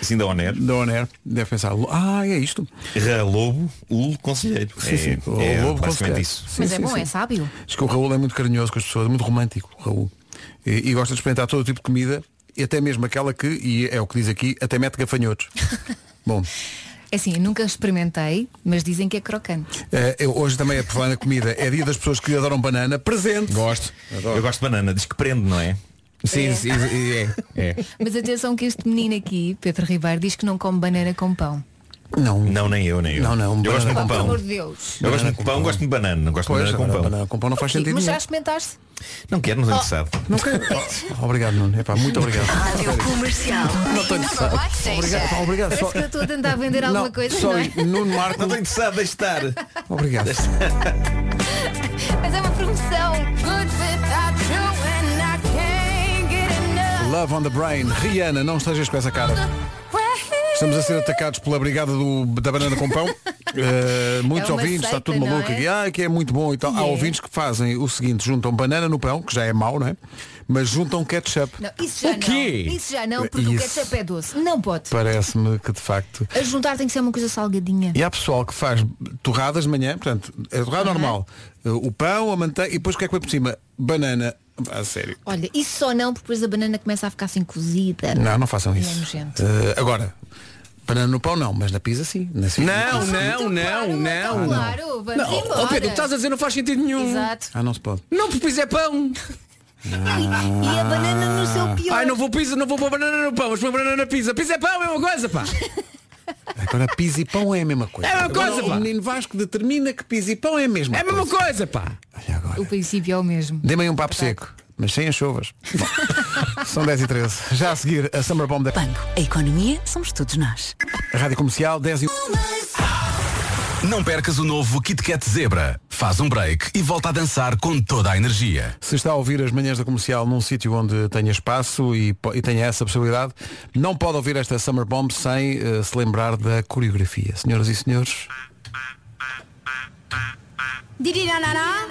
Sim, da Oner. Da Oner. Deve pensar, ah, é isto. Lobo, o conselheiro. Sim, É- sim. O é lobo basicamente conselheiro. isso. Sim, Mas é sim, bom, sim. é sábio. Acho que o Raul é muito carinhoso com as pessoas, é muito romântico, o Raul. E, e gosta de experimentar todo tipo de comida, e até mesmo aquela que, e é o que diz aqui, até mete gafanhotos. Bom, É assim, eu nunca experimentei, mas dizem que é crocante. eh, eu hoje também é por falar na comida, é dia das pessoas que adoram banana, presente. Gosto. Eu gosto de banana, diz que prende, não é? Sim, sim, é. é. Mas atenção que este menino aqui, Pedro Ribeiro, diz que não come banana com pão. Não. Não, nem eu, nem eu. Não, não. um Eu gosto muito Pá, de por pão. amor de Deus. Eu gosto muito de pão, gosto muito de banana, não gosto de banana com pão. banana com pão não faz Sim, sentido mas já nenhum. experimentaste? Não quero, não Oh. estou interessado. Não quero. Obrigado, Nuno. Epá, muito obrigado. Comercial. Não estou interessado. Obrigado, obrigado. é Parece Só- que eu estou a tentar vender alguma Não, coisa, não sorry, é? Nuno Marco. Não estou interessado, deixe estar. Obrigado. Mas é uma promoção. Good without you and I can't get enough. Love on the Brain. Rihanna, não estejas com essa cara. Estamos a ser atacados pela brigada do- da banana com pão. Eh, muitos É uma ouvintes, está seita, tudo não maluco é? aqui. Ah, que é muito bom e tal. Há E é. ouvintes que fazem o seguinte, juntam banana no pão, que já é mau, não é? Mas juntam ketchup. Não, isso já O quê? não. Isso já não, porque o Isso. ketchup é doce. Não pode. Parece-me que de facto. A juntar tem que ser uma coisa salgadinha. E há pessoal que faz torradas de manhã, portanto, é torrada normal. Eh, O pão, a manteiga e depois o que é que põe por cima? Banana. A sério. Olha, isso só não, porque depois a banana começa a ficar assim cozida. Não, não façam É isso. nojento. Eh, agora, banana no pão não, mas na pizza sim. Na Não, é não, não, não. Claro, vamos Não, embora. oh, Pedro, o que estás a dizer não faz sentido nenhum. Exato. Ah, não se pode. Não, porque pizza é pão. E a banana no Ah. seu é pior. Ai, não vou pizza, não vou pôr banana no pão, mas pôr banana na pizza. Pizza é pão, é uma coisa, pá. Agora pizza e pão é a mesma coisa. É a mesma Agora, coisa, pá. O menino Vasco determina que pizza e pão é a mesma É a mesma coisa, pá. O princípio é o mesmo. Dê-me aí um papo seco, mas sem as chuvas. Bom, são 10 e 13. Já a seguir, a Summer Bomb da Banco, a economia somos todos nós. Rádio Comercial, 10 e um. Não percas o novo Kit Kat Zebra. Faz um break e volta a dançar com toda a energia. Se está a ouvir as manhãs da comercial num sítio onde tenha espaço e, po- e tenha essa possibilidade, não pode ouvir esta Summer Bomb sem eh, se lembrar da coreografia. Senhoras e senhores, Dirirananá.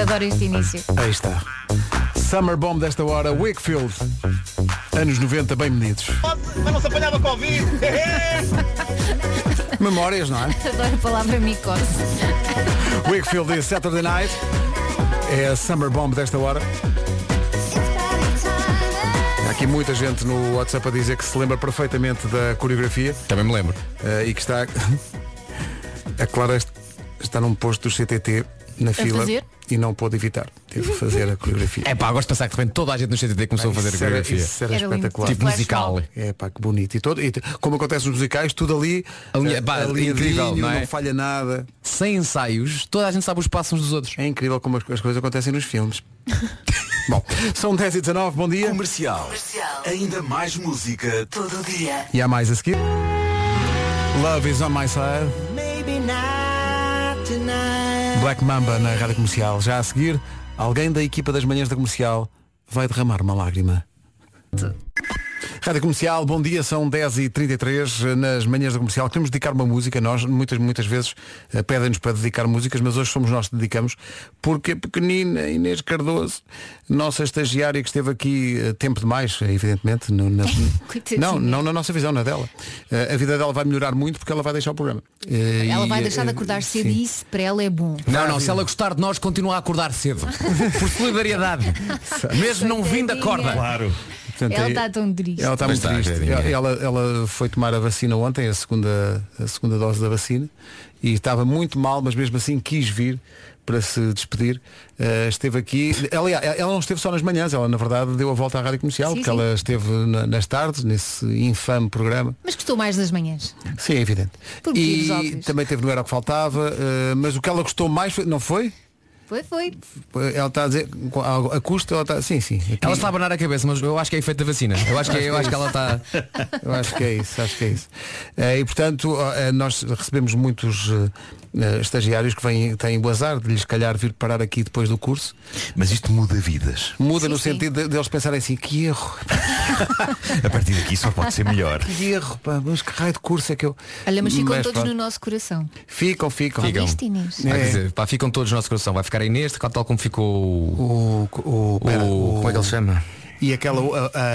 Adoro este início. aí está. Summer Bomb desta hora, Wakefield. Anos 90 bem medidos. Mas não se apanhava Covid. Memórias, não é? Adoro a palavra micose. Wakefield e Saturday Night. É a Summer Bomb desta hora. Há aqui muita gente no WhatsApp a dizer que se lembra perfeitamente da coreografia. Também me lembro. Eh, e que está. a Clara est- está num posto do CTT na A fila fazer? e não pôde evitar. Teve que fazer a coreografia. É pá, gosto de pensar que de repente toda a gente no CTT começou a fazer a Isso era- coreografia. Isso era, espetacular. Tipo musical. É pá, que bonito. E, todo, e t- como acontece nos musicais, tudo ali. A linha- eh, pá, a linha de incrível, linho, não é? falha nada. Sem ensaios, toda a gente sabe os passos uns dos outros. É incrível como as, as coisas acontecem nos filmes. Bom, são 10 e 19 bom dia. Comercial. Ainda mais música todo dia. E há mais a seguir. Love is on my side. Black Mamba na rádio comercial. Já a seguir, alguém da equipa das manhãs da comercial vai derramar uma lágrima. Rádio Comercial, bom dia, são 10h33 eh, nas manhãs da comercial. Queremos dedicar uma música, nós muitas, muitas vezes eh, pedem-nos para dedicar músicas, mas hoje somos nós que dedicamos, porque a pequenina Inês Cardoso, nossa estagiária que esteve aqui eh, tempo demais, eh, evidentemente, no- na- Coitadinha. não, não na nossa visão, na dela. Eh, A vida dela vai melhorar muito porque ela vai deixar o programa. Eh, Ela e, vai deixar de eh, acordar cedo e isso para ela é bom. Não, não, se ela gostar de nós, continua a acordar cedo. Por solidariedade. Mesmo não vindo, acorda. Claro. Portanto, ela é- está tão triste. Ela está Pois muito está, triste. queridinha. Ela, ela foi tomar a vacina ontem, a segunda, a segunda dose da vacina, e estava muito mal, mas mesmo assim quis vir para se despedir. Eh, esteve aqui. Aliás, ela não esteve só nas manhãs, ela na verdade deu a volta à rádio comercial, Sim, porque sim. ela esteve na- nas tardes, nesse infame programa. Mas gostou mais das manhãs. Sim, é evidente. Por motivos e óbvios. também teve no Era o que Faltava, eh, mas o que ela gostou mais foi. Não foi? Foi, foi. Ela está a dizer. A, a custa, ela está. Sim, sim. Aqui- Ela está a abanar a cabeça, mas eu acho que é efeito da vacina. Eu acho que, eu acho que ela tá está. Eu acho que é isso, acho que é isso. Eh, E portanto, ó, eh, nós recebemos muitos eh, eh, estagiários que vêm, têm o azar de lhes se calhar vir parar aqui depois do curso. Mas isto muda vidas. Muda no sentido de- deles pensarem assim, que erro, A partir daqui só pode ser melhor. que erro, pá, mas que raio de curso é que eu. Olha, mas ficam todos pronto. no nosso coração. Ficam, ficam. Ficam. Ouviste, Inês? Ah, É. quer dizer, pá, ficam todos no nosso coração. Vai ficar a Inês, tal como ficou o. o, pera, o- Como é que ele se chama? E aquela. uh,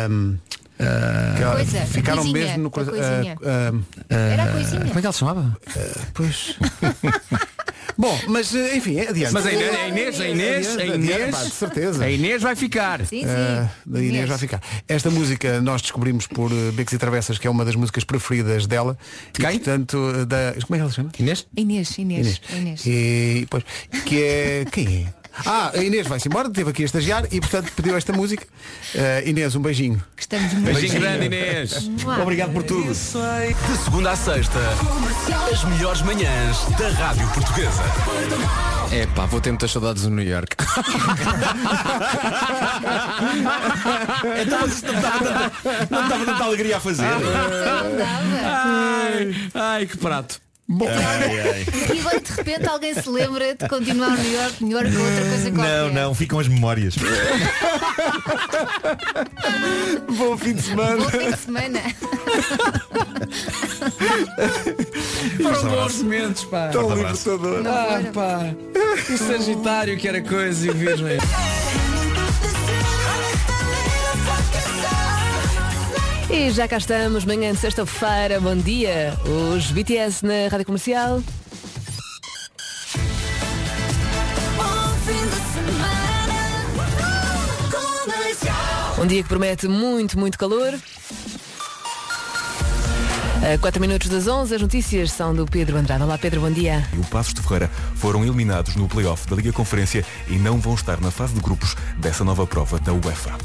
um, uh, Aquela coisa, ficaram a coisinha, mesmo no a coração. coisinha. uh, uh, Era a coisinha. Como é que ele se chamava? Pois. Bom, mas uh, enfim, é adiante. Mas a Inês, a Inês, a Inês, a Adiante, adiante, pá, de Inês. certeza. A Inês vai ficar. Sim, sim. Ah, da Inês Inês. vai ficar. Esta música nós descobrimos por eh, Becos e Travessas, que é uma das músicas preferidas dela. E, portanto, eh, da... Como é que ela se chama? Inês? Inês, Inês, Inês. E, pois, que é... Quem é? Ah, a Inês vai-se embora, teve aqui a estagiar e, portanto, pediu esta música. Eh, Inês, um beijinho. Que estamos muito Beijinho grande, Inês. Obrigado por tudo. De segunda à sexta, as melhores manhãs da Rádio Portuguesa. É pá, vou ter muitas saudades do New York. Então, mas isto não estava tanta- não estava tanta alegria a fazer. Ai, ai, que prato. Bom, E agora de repente alguém se lembra de continuar no New York, New York ou outra coisa qualquer. Não, não, ficam as memórias. Bom fim de semana. Bom fim de semana. Foram bons momentos, pá. Tão abraço. libertador. Ah, pá. O Sagitário que era coisa e o Virgem. E já cá estamos, manhã de sexta-feira, bom dia. Os BTS na Rádio Comercial. Um dia que promete muito, muito calor. A 4 minutos das 11, as notícias são do Pedro Andrade. Olá Pedro, bom dia. e o Passos de Ferreira foram eliminados no play-off da Liga Conferência e não vão estar na fase de grupos dessa nova prova da UEFA.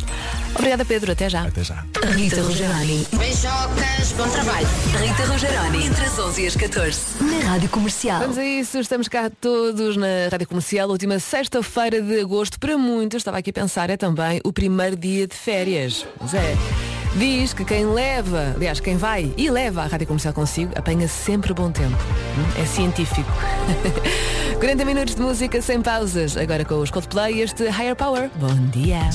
Obrigada Pedro, até já. Até já. Rita Rogeroni. Beijocas, bom trabalho. Rita Rogeroni, entre as 11 e as 14, na Rádio Comercial. Vamos a isso, estamos cá todos na Rádio Comercial, última sexta-feira de agosto, para muitos, estava aqui a pensar, é também o primeiro dia de férias. Mas é. Diz que quem leva, aliás, quem vai e leva a Rádio Comercial consigo, apanha sempre bom tempo. Hum? É científico. 40 minutos de música sem pausas, agora com os Coldplay e este Higher Power. Bom dia.